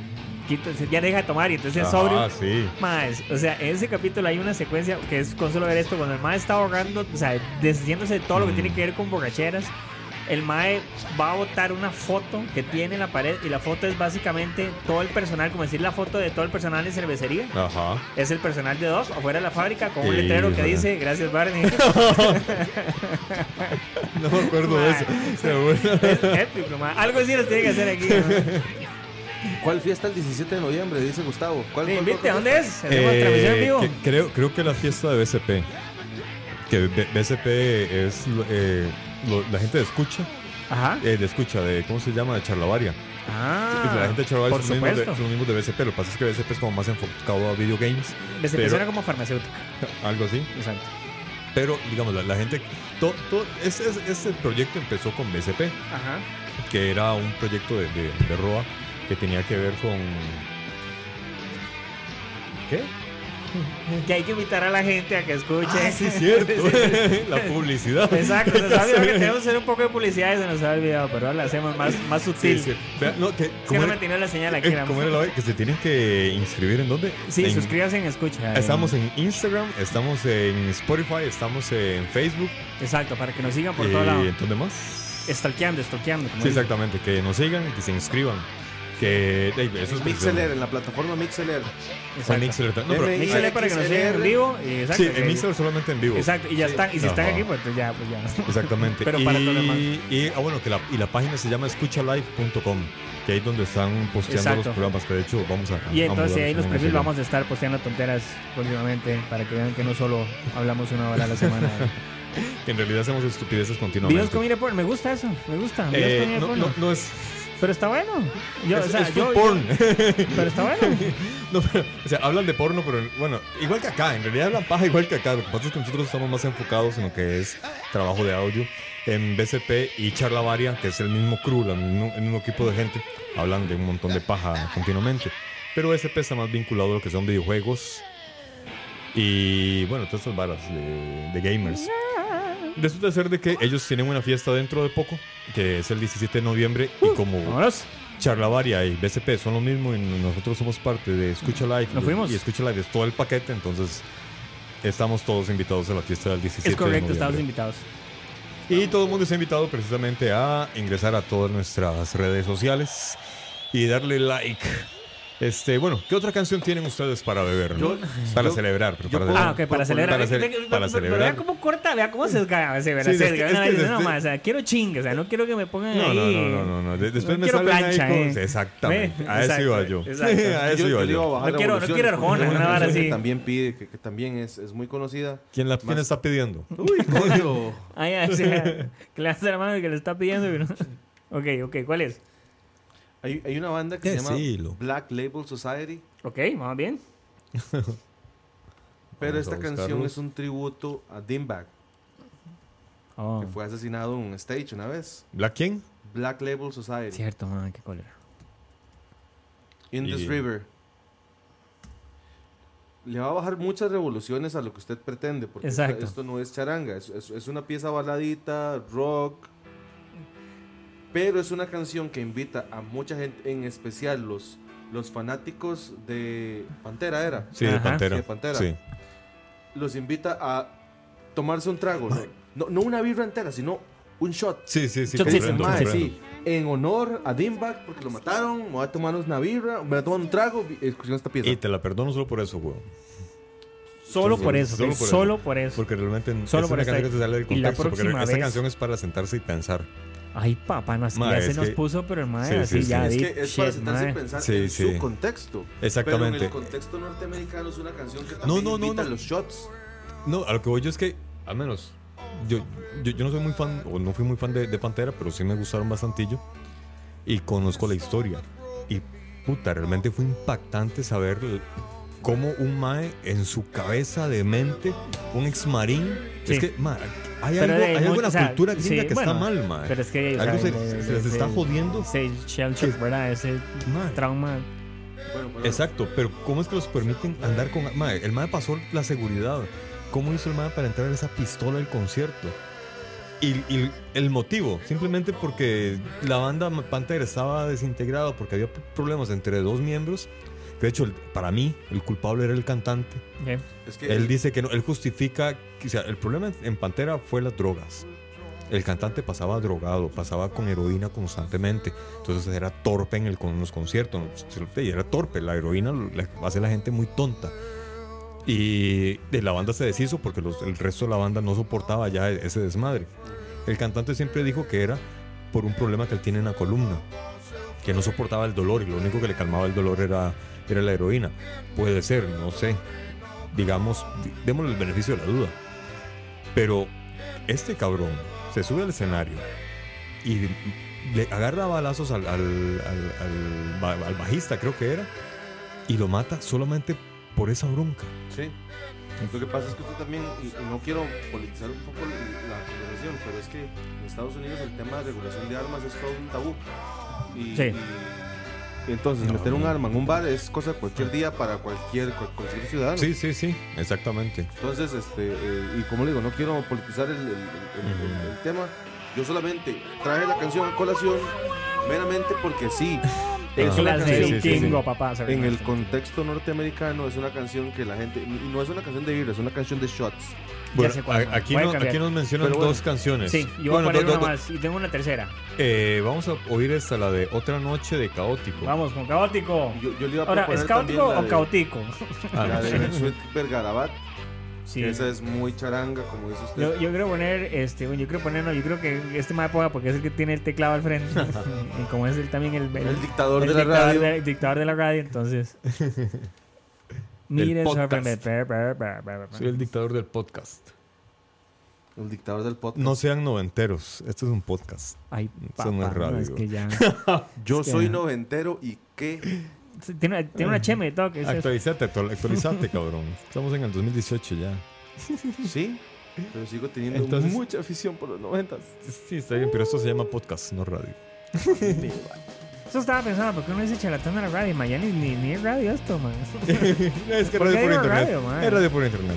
S4: quita- se- ya deja de tomar y entonces es sobrio.
S3: Ah, sí.
S4: Más, o sea, en ese capítulo hay una secuencia que es con solo ver esto, cuando el mae está ahorrando, o sea, deshaciéndose de todo lo que tiene que ver con borracheras, el mae va a botar una foto que tiene en la pared y la foto es básicamente todo el personal, como decir la foto de todo el personal en cervecería.
S3: Ajá.
S4: Es el personal de dos afuera de la fábrica con un
S3: Sí,
S4: letrero que
S3: ajá.
S4: dice gracias Barney.
S3: No me acuerdo de eso. Seguro.
S4: Es épico, mae. Algo así nos tiene que hacer aquí. mae.
S5: ¿Cuál fiesta el 17 de noviembre? Dice Gustavo. ¿Cuál,
S4: Me
S5: cuál,
S4: Eh, invite,
S5: cuál, cuál?
S4: ¿dónde es? Hacemos
S3: Eh,
S4: transmisión en vivo.
S3: que- creo, creo que la fiesta de BCP. Que B- BCP es eh, lo- la gente de escucha.
S4: Ajá.
S3: eh, de escucha, de ¿cómo se llama? De charlavaria.
S4: Ah,
S3: la gente de charlavaria
S4: por
S3: son los mismos de,
S4: supuesto.
S3: son los mismos de BCP. Lo que pasa es que BCP es como más enfocado a video games.
S4: Desde
S3: pero-
S4: persona como farmacéutica.
S3: Algo así.
S4: Exacto.
S3: Pero, digamos, la, la gente. Todo, ese, ese proyecto empezó con BCP.
S4: Ajá.
S3: que era un proyecto de, de, de Roa que tenía que ver con. ¿Qué?
S4: Que hay que invitar a la gente a que escuche.
S3: Ah, la publicidad.
S4: Exacto, se nos ha
S3: Ya
S4: olvidado que
S3: sé.
S4: tenemos que hacer un poco de publicidad y se nos ha olvidado, pero ahora la hacemos más, más
S3: Sí,
S4: sutil.
S3: sí. Vea, no, que,
S4: Es que
S3: ¿cómo,
S4: no
S3: era,
S4: me tiene la señal aquí.
S3: eh,
S4: la-
S3: cómo era la vaina? Que se tienen que inscribir en dónde?
S4: Sí,
S3: En- Ah,
S4: suscríbanse en Escucha. en-
S3: Estamos en Instagram, estamos en Spotify, estamos en Facebook.
S4: Exacto, para que nos sigan por
S3: y
S4: todo lado.
S3: ¿en dónde más?
S4: Stalkeando, stalkeando. como
S3: Eh, Sí,
S4: dicen.
S3: exactamente. Que nos sigan, que se inscriban. Que. eh, eso es
S5: Mixlr, en la plataforma Mixlr.
S3: Fue en
S4: Exacto.
S3: Mixlr también. No, pero-
S4: Mixlr para que nos sigan en vivo. y Exacto,
S3: Sí,
S4: que-
S3: en Mixlr solamente en vivo.
S4: Exacto, y ya están. Y si están
S3: Ajá.
S4: aquí, pues ya, pues ya.
S3: Exactamente.
S4: Pero
S3: y,
S4: para todo lo demás.
S3: y, ah, bueno, que la, y la página se llama escuchalive.com, que ahí es donde están posteando
S4: Exacto.
S3: los programas, que de hecho vamos a...
S4: Y entonces ahí los perfiles vamos
S3: a...
S4: a estar posteando tonteras próximamente para que vean que no solo hablamos una hora a la semana.
S3: mudarlos en Instagram. Que En realidad hacemos estupideces
S4: Videos
S3: continuamente.
S4: con ir a porno, me gusta eso, me gusta. Videos
S3: Eh,
S4: con ir a
S3: no,
S4: porno.
S3: no, no es...
S4: Pero está bueno. Yo,
S3: es,
S4: o sea,
S3: es food
S4: yo,
S3: porn.
S4: Pero está bueno.
S3: No, pero, o sea, hablan de porno, pero bueno, igual que acá, en realidad hablan paja igual que acá. Lo que pasa es que nosotros estamos más enfocados en lo que es trabajo de audio en BCP y Charla Varia, que es el mismo crew, la mismo- el mismo equipo de gente, hablan de un montón de paja continuamente. Pero BCP está más vinculado a lo que son videojuegos y bueno, todas estas varas de, de gamers. Resulta ser de que ellos tienen una fiesta dentro de poco, que es el 17 de noviembre,
S4: Uh.
S3: y como
S4: Vámonos.
S3: Charlavaria y BCP son lo mismo y nosotros somos parte de Escucha Live.
S4: Nos fuimos.
S3: Y Escucha Live es todo el paquete, entonces estamos todos invitados a la fiesta del 17
S4: Es correcto,
S3: de
S4: estamos
S3: noviembre.
S4: invitados.
S3: Y todo el mundo está invitado precisamente a ingresar a todas nuestras redes sociales y darle like. Este, bueno, ¿qué otra canción tienen ustedes para beber? no? para
S5: yo-
S3: celebrar, pero
S5: yo
S3: para
S5: puedo-
S3: beber.
S4: Ah, ok, para celebrar.
S3: Para, ce-
S4: Pero
S3: para celebrar.
S4: Vea cómo corta, vea cómo se gana. Se
S3: Sí, es que- es que
S4: gana. No,
S3: desde-
S4: más, o sea, quiero chingue, o sea, no quiero que me pongan
S3: No,
S4: ahí.
S3: no, no, no, no, no. De- Después me
S4: quiero
S3: salen ahí
S4: plancha,
S3: con-
S4: eh.
S3: Exactamente.
S4: Ve,
S3: A eso
S4: exacto,
S3: iba yo.
S4: exacto.
S3: A eso
S5: Yo-
S3: iba
S5: yo le iba a
S3: yo.
S5: bajar
S4: No quiero- no
S5: revoluciones,
S4: quiero
S5: porque
S4: Arjona,
S5: es
S4: una vara
S5: canción que
S4: así.
S5: También pide, que, que también es, es muy conocida.
S3: ¿Quién la quién está pidiendo?
S5: Uy, coño.
S4: Ay, ay, o sea, que le hace la mano y que le está pidiendo. pero- Ok, ok, ¿cuál es?
S5: hay, hay una banda que se llama
S3: Decilo.
S5: Black Label Society,
S4: Ok, vamos bien.
S5: pero
S3: Vamos a
S5: esta canción
S3: buscarlos.
S5: es un tributo a Dimebag,
S4: Oh,
S5: que fue asesinado en un stage una vez.
S3: ¿Black quién?
S5: Black Label Society,
S4: cierto, man, qué cólera.
S5: In This
S3: Y-
S5: River. Le va a bajar muchas revoluciones a lo que usted pretende, porque esta-
S4: Exacto.
S5: esto no es charanga, es, es- es una pieza baladita, rock. Pero es una canción que invita a mucha gente, en especial los, los fanáticos de Pantera, ¿era?
S3: Sí, de
S4: Ajá.
S3: Pantera.
S5: Sí, de Pantera.
S3: Sí.
S5: los invita a tomarse un trago. ¿no? No, no una birra entera, sino un shot.
S3: Sí, sí, sí.
S4: Yo
S5: Que
S4: sí,
S5: dicen,
S3: comprendo,
S5: "Mae,
S3: comprendo.
S5: sí, en honor a Dimback, porque lo mataron, me voy a tomar una birra, me voy a tomar un trago, y escuchando esta pieza.
S3: Y te la perdono solo por eso, weón.
S4: Solo
S3: Sí,
S4: por
S3: sí,
S4: eso,
S3: solo
S4: solo,
S3: por
S4: solo
S3: eso.
S4: por eso.
S3: Porque realmente
S4: Solo
S3: es
S4: por
S3: una
S4: esta-
S3: canción que te sale del
S4: y la
S3: contexto. Porque
S4: próxima
S3: esta
S4: vez-
S3: canción es para sentarse y pensar.
S4: Ay, papá, no, es que
S3: Madre,
S4: ya se
S3: es
S4: nos
S3: que-
S4: puso, pero el
S3: Sí,
S4: madre,
S3: sí,
S4: así
S3: sí.
S4: ya
S5: es
S4: di-
S5: que es para
S4: shit,
S5: sentarse y
S4: madre.
S5: pensar
S3: Sí,
S5: en
S3: sí.
S5: su contexto. Pero en
S3: Exactamente.
S5: el contexto norteamericano es una canción que
S3: No,
S5: también
S3: no, no,
S5: invita
S3: no.
S5: a los shots.
S3: No, a lo que voy yo es que, al menos, yo, yo, yo no soy muy fan, o no fui muy fan de, de Pantera, pero sí me gustaron bastantillo. Y conozco la historia. Y puta, realmente fue impactante saber l- cómo un Mae en su cabeza de mente, un ex marín.
S4: Sí.
S3: Es que, mae, hay,
S4: Pero
S3: algo,
S4: de
S3: hay
S4: mu-
S3: algo en la
S4: o sea,
S3: cultura gringa
S4: sí,
S3: que
S4: bueno,
S3: está mal, Mae.
S4: Pero es que. o
S3: algo
S4: sea,
S3: se,
S4: de-
S3: se les
S4: de-
S3: está
S4: de-
S3: jodiendo.
S4: Ese shell shock, ¿verdad? Ese
S3: Mae.
S4: trauma.
S5: Bueno, pero-
S3: Exacto, pero ¿cómo es que los permiten andar con... Mae, el mae pasó la seguridad. ¿Cómo hizo el mae para entrar esa pistola al concierto? Y, y el motivo, simplemente porque la banda Panther estaba desintegrada porque había problemas entre dos miembros. De hecho, el- para mí, el culpable era el cantante.
S4: Ok.
S5: Es que
S3: Él dice que no, él justifica, que, o sea, el problema en- en Pantera fue las drogas. El cantante pasaba drogado, pasaba con heroína constantemente. Entonces era torpe en, el, con los conciertos. Y era torpe. La heroína lo- la- hace a la gente muy tonta. Y de la banda se deshizo porque los- el resto de la banda no soportaba ya e- ese desmadre. El cantante siempre dijo que era por un problema que él tiene en la columna. Que no soportaba el dolor y lo único que le calmaba el dolor era, era la heroína. Puede ser, no sé digamos, di- démosle el beneficio de la duda. Pero este cabrón se sube al escenario y le agarra a balazos al, al- al- al ba- al bajista, creo que era, y lo mata solamente por esa bronca.
S5: Sí. Lo que pasa es que usted también, y, y no quiero politizar un poco la la conversación, pero es que en Estados Unidos el tema de regulación de armas es todo un tabú. Y,
S4: Sí.
S5: y- entonces,
S3: No,
S5: meter un
S3: no.
S5: arma en un bar es cosa de cualquier día para cualquier, cual- cualquier ciudadano.
S3: Sí, sí, sí, exactamente.
S5: Entonces, este, eh, y como le digo, no quiero politizar el, el- el- el-
S3: Ujú.
S5: el tema. Yo solamente traje la canción a colación meramente porque sí. Es una
S4: Las de
S5: canción-
S3: sí, sí, sí.
S4: vikingo, papá. sorry.
S5: en el contexto norteamericano es una canción que la gente y no es una canción de vibra, es una canción de shots.
S3: Bueno,
S4: sé cuál,
S3: a-
S4: man.
S3: aquí,
S4: Voy a
S3: no-
S4: cambiar.
S3: aquí nos mencionan
S5: Pero bueno.
S3: dos canciones.
S4: Sí, yo voy
S3: Bueno,
S4: a poner
S3: do- do-
S4: una
S3: do-
S4: más. Y tengo una tercera.
S3: eh, vamos a oír esta, la de Otra Noche de Caótico.
S4: Vamos, con caótico.
S5: Yo, yo le iba a
S4: Ahora,
S5: proponer
S4: ¿es caótico
S5: también la
S4: o
S5: de-
S4: caótico?
S3: Ah,
S5: La
S3: no
S5: de
S3: sé.
S5: Bersuit Vergarabat,
S4: Sí.
S5: esa es muy charanga, como dice usted.
S4: Yo, yo quiero poner, este, bueno, yo quiero poner, no, yo creo que este me ponga porque es el que tiene el teclado al frente. y como es el, también el, el-
S5: el dictador
S4: el
S5: de la radio.
S4: de- el dictador de la radio, entonces. Mire,
S3: podcast.
S4: sorprende. Per, per, per, per, per.
S3: Soy el dictador del podcast.
S5: El dictador del podcast.
S3: No sean noventeros, este es un podcast.
S4: Ay,
S3: Eso
S4: papá,
S3: no es
S4: no, es
S3: radio.
S4: que ya.
S5: yo
S4: es que-
S5: soy noventero y qué.
S4: tiene, tiene una cheme de toque. es-
S3: Actualizate, actual- actualizate, cabrón. Estamos en el 2018 ya.
S5: Sí, pero sigo teniendo
S3: Entonces-
S5: mucha afición por los noventas.
S3: Sí, está bien, pero esto se llama podcast, no radio.
S4: Eso estaba pensando, ¿por qué no dice charlatán de la radio? Mañana ni, ni, ni es radio esto, man.
S3: es que
S4: ¿Por
S3: radio
S4: qué
S3: por
S4: digo
S3: internet.
S4: radio, man?
S3: es radio por internet.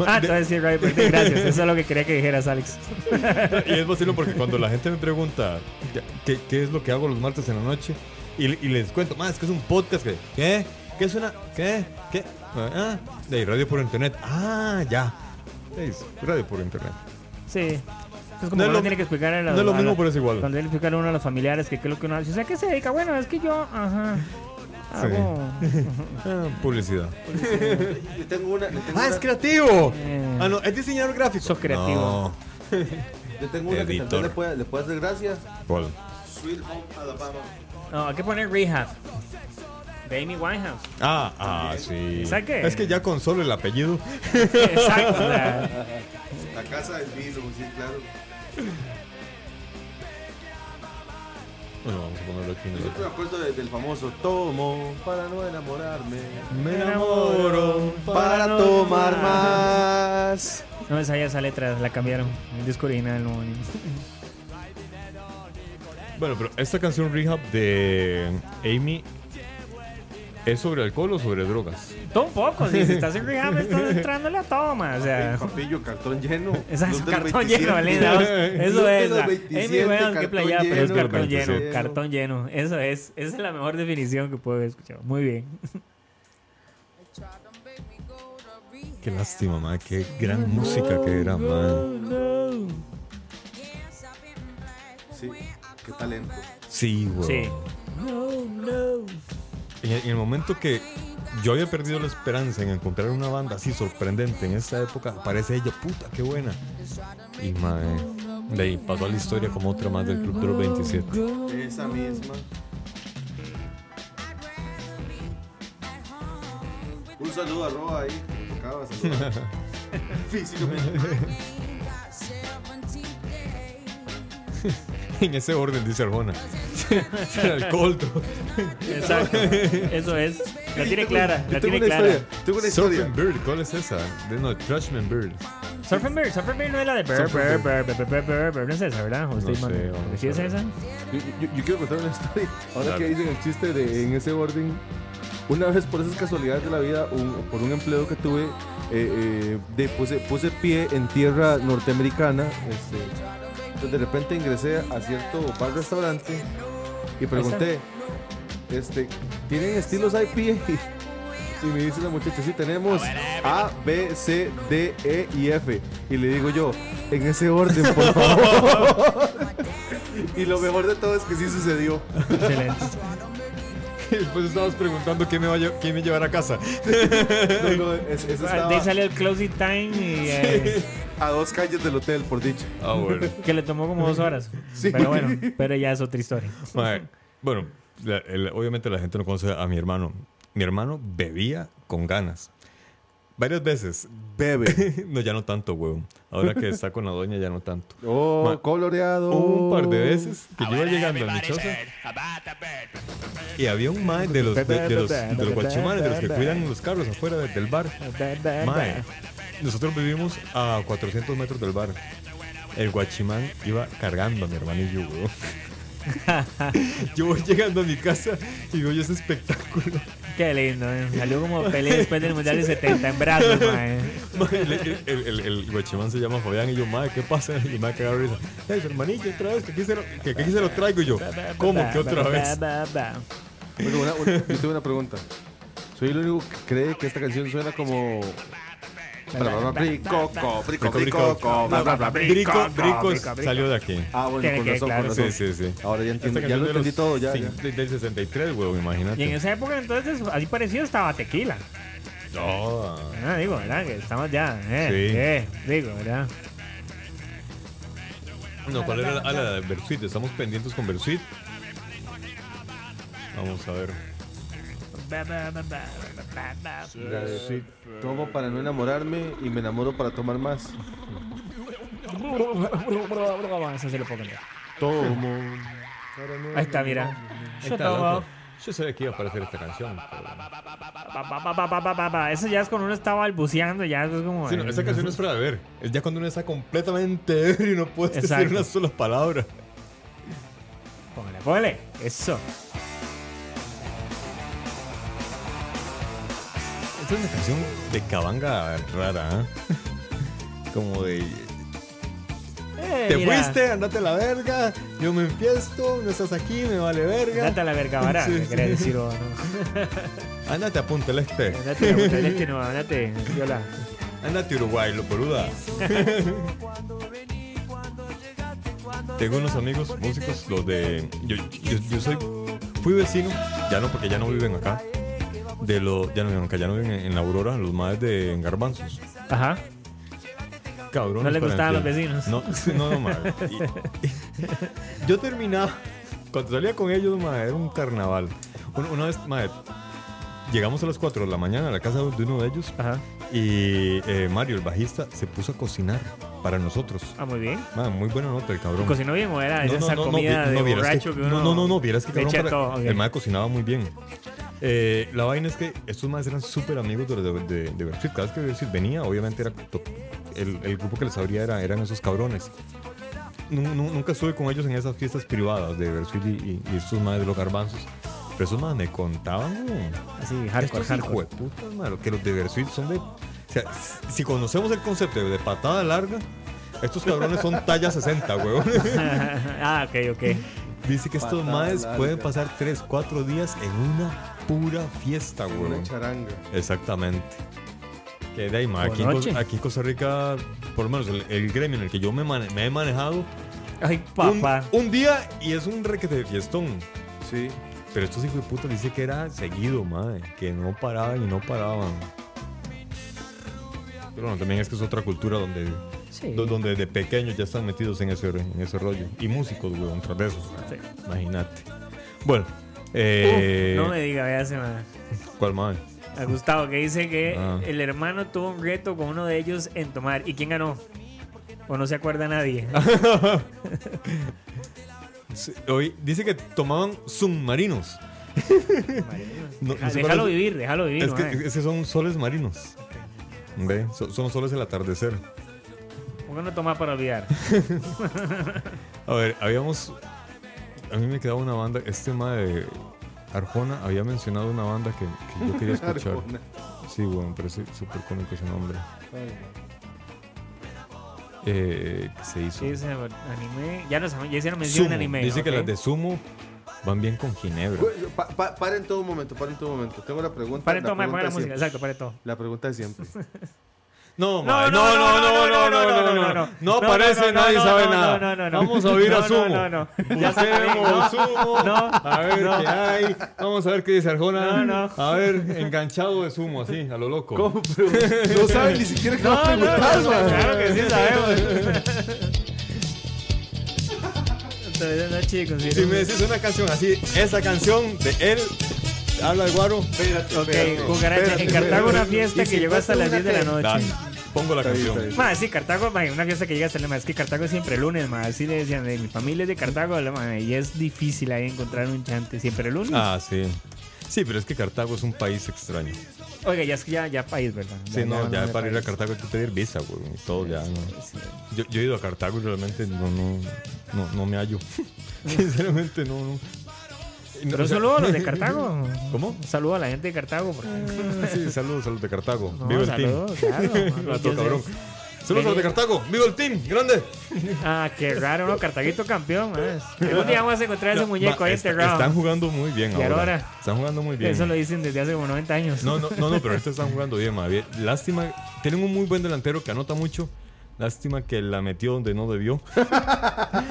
S4: ah,
S3: De-
S4: entonces sí es radio, pero gracias. Eso es lo que quería que dijeras, Alex.
S3: y es vacilo porque cuando la gente me pregunta qué, qué es lo que hago los martes en la noche y, y les cuento, más es que es un podcast. Que, ¿Qué? ¿Qué es una? ¿Qué? ¿Qué? Ah, de radio por internet. Ah, ya. Es radio por internet.
S4: Sí. Es como
S3: No es
S4: uno
S3: lo-
S4: tiene que explicar a los,
S3: no es lo
S4: a
S3: mismo,
S4: los-
S3: pero es igual.
S4: Cuando tiene que explicar a uno a los familiares que qué es lo que uno hace. O sea, ¿qué se dedica? Bueno, es que yo, ajá.
S3: Sí.
S4: Hago.
S3: Ah, publicidad.
S5: Le tengo una, le tengo
S3: Ah,
S5: una,
S3: es creativo.
S4: Eh.
S3: Ah, no, es diseñador gráfico.
S4: Sos creativo.
S3: No.
S5: le tengo una que tal vez
S3: Editor.
S5: le pueda, le pueda hacer gracia.
S3: ¿Cuál?
S5: Sweet Home Alabama.
S4: No, hay que poner Rehab. De Amy Winehouse.
S3: Ah, ah, sí.
S4: ¿Sabes qué?
S3: Es que ya con solo el apellido.
S4: Exacto. la-
S5: La casa del vino, sí, claro.
S3: Bueno, vamos a ponerlo aquí.
S5: Yo siempre me acuerdo de- del famoso tomo para no enamorarme.
S3: Me
S4: enamoro
S5: Para tomar más.
S4: No me sabía esa letra, la cambiaron. El disco original, no. ni-
S3: Bueno, pero esta canción Rehab de Amy es sobre alcohol o sobre drogas.
S4: Todo un poco, si si estás en Rehab, estás entrándole a toma. O sea.
S5: Papillo, cartón lleno.
S4: Exacto,
S5: Luz del
S4: Ah. cartón
S5: 27.
S4: lleno, Valida. Eso
S5: Luz de
S4: es.
S5: los
S4: la-
S5: 27,
S4: Amy Winehouse, qué
S5: cartón
S4: playada, pero es
S3: lleno,
S4: cartón lleno.
S3: 27.
S4: Cartón lleno. Eso es. Esa es la mejor definición que puedo haber escuchado. Muy bien.
S3: Qué lástima, man. Qué gran música que era, man.
S5: Sí, qué talento.
S3: Sí, güey.
S4: Sí.
S3: En, el- en el momento que yo había perdido la esperanza en encontrar una banda así sorprendente en esta época, aparece ella, puta, qué buena. Y, madre, de ahí pasó a la historia como otra más del Club de los 27.
S5: Esa misma. Un saludo a Roa ahí. que nos Acaba de saludar. Físicamente.
S3: En ese orden, dice Arjona. alcohol, drogas.
S4: Exacto. Eso es. La tiene clara. La
S5: Yo tengo
S4: tiene
S5: una
S4: clara.
S5: historia. Tengo una
S3: Surfing
S5: historia.
S3: Bird, ¿cuál es esa? De, no, Trashman Bird.
S4: Surfing Bear. Surfing Bear no es la de. Bear,
S3: Surfing
S4: bear, bear, bear, bear, bear, bear. No es esa, ¿verdad? ¿O estoy
S3: sé,
S4: mal?
S3: vamos
S4: ¿Sí
S3: a
S4: es
S3: ver.
S4: esa?
S5: Yo, yo- yo quiero contar una historia. Ahora
S3: Dale.
S5: que dicen el chiste de en ese boarding, una vez por esas casualidades de la vida, un- por un empleo que tuve, eh, eh, de- puse, puse pie en tierra norteamericana. este, Entonces de repente ingresé a cierto bar restaurante y pregunté, este, ¿tienen estilos IPA? Y me dice la muchacha, sí, tenemos A, B, C, D, E y F. Y le digo yo, en ese orden, por favor. y lo mejor de todo es que sí sucedió.
S4: Excelente.
S3: Y después estabas preguntando qué me, vaya, qué me llevará a casa.
S5: No, no, es- eso
S4: Ah, De ahí
S5: estaba
S4: sale el closing time y, eh,
S5: a dos calles del hotel, por dicho.
S3: Ah, bueno.
S4: que le tomó como dos horas.
S5: Sí.
S4: Pero bueno, pero ya es otra historia.
S3: Mae, bueno, la- el- obviamente la gente no conoce a mi hermano. Mi hermano bebía con ganas. Varias veces.
S5: Bebe.
S3: no, ya no tanto, huevón. Ahora que está con la doña, ya no tanto.
S5: Oh,
S3: Ma-
S5: coloreado.
S3: Un par de veces que yo iba llegando a mi choza y había un mae de los, de, de los, de los guachimanes, de los que cuidan los carros afuera de- del bar. Mae, nosotros vivimos a 400 metros del bar. El guachimán iba cargando a mi hermano y yo, weón. Yo voy llegando a mi casa y veo ese espectáculo.
S4: Qué lindo, eh. Salió como pelea después del Mundial de 70 en brazos, mae.
S3: Mae, el, el, el- el guachimán se llama Fabián y yo, madre, ¿qué pasa? Y me ha cagado de risa. Hey, su hermanillo, otra vez, que aquí, se lo, que aquí se lo traigo Y yo. ¿Cómo que otra vez?
S5: Bueno, una- una- yo tengo una pregunta. Soy el único que cree que esta canción suena como. Bricoco, bricoco, bricoco, bla, bla, bla,
S3: Brico,
S5: bricoco,
S3: Brico
S5: bricoco.
S3: salió de aquí.
S5: Ah, bueno,
S4: Tiene
S5: con
S4: que,
S5: razón,
S4: claro.
S5: con razón.
S3: Sí, sí, sí.
S5: Ahora ya entiendo,
S3: Esta
S5: ya
S3: canción
S5: lo
S3: de los
S5: entendí todo, ya,
S3: cin-
S5: ya.
S3: Del 63,
S4: Y
S3: huevón,
S4: en
S3: imagínate.
S4: esa época, entonces, así parecido estaba tequila.
S3: No.
S4: Ah, digo, ¿verdad? Que estamos ya, eh, eh, digo, ¿verdad?
S3: No, ¿cuál era la, ah, la de Bersuit? Estamos pendientes con Bersuit. Vamos a ver.
S5: La de Tomo para no enamorarme y me enamoro para tomar más.
S4: Vamos a hacerlo poco.
S5: Tomo.
S4: Ahí está, mira. Yo tomo.
S3: Yo sabía que iba a aparecer esta canción.
S4: Pa, pa, pa, pa, pa, pa, pa, pa. Eso ya es cuando uno está balbuceando, ya es como.
S3: Sí, no, esa canción es para ver. Es ya cuando uno está completamente ebrio y no puedes decir
S4: Exacto.
S3: una sola palabra.
S4: Póngale, póngale. Eso.
S3: Esta es una canción de cabanga rara, ¿eh? Como de.
S4: Eh,
S3: Te
S4: mira,
S3: fuiste, andate a la verga. Yo me enfiesto, no estás aquí, me vale verga.
S4: Andate a la verga vara,
S3: Sí,
S4: que
S3: sí.
S4: querés decir vos, ¿no?
S3: Andate a Punta del Este.
S4: Andate, andate, que no, andate, viola.
S3: Andate a Uruguay, lo boluda. Tengo unos amigos músicos, los de. Yo, yo, yo soy. Fui vecino, ya no, porque ya no viven acá. De los. Ya no viven acá, ya no viven en, en la Aurora, los madres de Garbanzos.
S4: Ajá.
S3: Cabrón.
S4: No le gustaban los vecinos.
S3: No, no, no, madre. Y- y- yo terminaba. Cuando salía con ellos, madre, era un carnaval. Una, una vez, madre, llegamos a las 4 de la mañana a la casa de uno de ellos.
S4: Ajá.
S3: Y eh, Mario, el bajista, se puso a cocinar para nosotros.
S4: Ah, muy bien.
S3: Madre, muy buena nota el cabrón.
S4: Cocinó bien, o era
S3: No,
S4: esa
S3: no, no, no,
S4: comida
S3: vi- no,
S4: de
S3: vieras que-
S4: borracho que, uno.
S3: no, no, no, no, vieras que
S4: le
S3: cabrón,
S4: echa
S3: para-
S4: todo, ok.
S3: el madre cocinaba muy bien. Eh, la vaina es que estos madres eran súper amigos de, de, de, de Bersuit. Cada vez que Bersuit venía, obviamente era to- el, el grupo que les abría era, eran esos cabrones. Nu- nu- nunca estuve con ellos en esas fiestas privadas de Bersuit y, y- y estos madres de los garbanzos. Pero esos madres me contaban. weón,
S4: Así, hardcore,
S3: estos
S4: hardcore.
S3: hijueputas, madre, que los de Versuit son de. O sea, si- si conocemos el concepto de patada larga, estos cabrones son talla 60, weón.
S4: ah, ok, ok.
S3: Dice que estos
S5: Patada
S3: maes
S5: larga.
S3: pueden pasar 3, 4 días en una pura fiesta,
S5: Una
S3: weón.
S5: charanga.
S3: Exactamente. Que de ahí, ma,
S4: Por
S3: aquí, en Cos-
S4: noche.
S3: aquí en Costa Rica, por lo menos el, el gremio en el que yo me, mane- me he manejado,
S4: Ay,
S3: un,
S4: papá.
S3: un día y es un requete de fiestón.
S5: Sí.
S3: Pero estos hijos de puta dice que era seguido, madre. Que no paraban y no paraban. Pero bueno, también es que es otra cultura donde,
S4: Sí.
S3: do- donde de pequeños ya están metidos en ese, en ese rollo. Y músicos, weón, tras de eso.
S4: Sí.
S3: Imagínate. Bueno, eh,
S4: No me diga, vea, se me-
S3: ¿cuál madre?
S4: A Gustavo, que dice que
S3: Ah.
S4: el hermano tuvo un reto con uno de ellos en tomar. ¿Y quién ganó? O no se acuerda nadie.
S3: Sí, Hoy dice que tomaban submarinos. No- no
S4: Ah,
S3: sé cuál
S4: déjalo
S3: es-
S4: vivir, déjalo vivir.
S3: Es
S4: mae.
S3: que, es que son soles marinos. Ve, so- son los soles del atardecer.
S4: ¿Por qué no toma para olvidar?
S3: A ver, habíamos. A mí me quedaba una banda. Este tema de Arjona había mencionado una banda que, que yo quería escuchar.
S5: Arjona.
S3: Sí, bueno, pero es súper cómico ese nombre.
S5: Ay,
S3: eh, que se hizo.
S4: Sí, se- anime. Ya, nos, ya hicieron mención
S3: Sumo.
S4: en anime.
S3: Dice que
S4: ok.
S3: las de Sumo van bien con Ginebra.
S5: Güey, Pues, pa- pa- paren todo un momento, paren todo un momento. Tengo la pregunta.
S4: Paren
S5: la
S4: todo, mae,
S5: pregunta
S4: pongan la
S5: de
S4: música.
S5: siempre.
S4: Exacto, paren todo.
S5: La pregunta de siempre.
S4: No,
S3: No,
S4: no,
S3: mae, no,
S4: no,
S3: no, no, no, no, no, no. No aparece, nadie sabe
S4: No, no,
S3: nada.
S4: no.
S3: Vamos a oír
S4: No,
S3: a
S4: no,
S3: Sumo.
S4: No, no, no. Ya
S3: Hacemos
S4: sabemos.
S3: Sumo.
S4: No,
S3: A ver
S4: no.
S3: qué hay. Vamos a ver qué dice
S4: No,
S3: Arjona.
S4: no.
S3: A ver, enganchado de Sumo, así, a lo loco.
S5: No saben ni siquiera que va a
S4: No, no,
S5: preguntar,
S4: no,
S5: man.
S4: claro que sí sabemos. Entonces, no, chicos. sí,
S3: Si
S4: no.
S3: me decís una canción así, esa canción de él, habla el guaro.
S5: Espérate,
S4: Ok,
S5: espérate.
S4: cucaracha. En
S5: Espérate,
S4: Cartago una
S5: espérate.
S4: fiesta
S5: ¿Y
S4: que
S5: si
S4: llegó hasta las
S5: encuentro
S4: 10 de la
S5: una
S3: Da,
S4: noche.
S3: pongo la
S5: Está bien,
S3: canción.
S5: está bien.
S4: Ma, sí, Cartago, ma, una fiesta que llega hasta el ma, es que Cartago es siempre lunes, ma, así le decían, eh, mi familia es de Cartago, la ma, y es difícil ahí encontrar un chante siempre lunes.
S3: Ah, sí. Sí, pero es que Cartago es un país extraño.
S4: Oiga, ya es que ya, ya país, ¿verdad?
S3: Sí, no, ya
S4: de
S3: para ir a
S4: país.
S3: Cartago hay que pedir visa, güey. y Todo ya, ¿no?
S4: Sí.
S3: Yo, yo he ido a Cartago y realmente no, no, no, no me hallo. Sinceramente, no, no.
S4: Pero un saludo a los de Cartago.
S3: ¿Cómo?
S4: Un saludo a la gente de Cartago. Porque...
S3: Sí, saludos a los de Cartago.
S4: No,
S3: Viva el
S4: saludos,
S3: team.
S4: claro, mami,
S3: A
S4: yo
S3: todo
S4: sé.
S3: cabrón. Saludos a los de Cartago. Viva el team. Grande.
S4: Ah, qué raro, ¿no? Cartaguito campeón. ¿eh? Algún día vamos a encontrar ese muñeco
S3: Va,
S4: ahí
S3: est-
S4: enterrado.
S3: Están jugando muy bien
S4: Y
S3: ahora.
S4: ahora.
S3: Están jugando muy bien.
S4: Eso lo dicen desde hace como 90 años.
S3: No, no, no, no, pero ahorita están jugando bien, madre. Lástima, tienen un muy buen delantero que anota mucho. Lástima que la metió donde no debió.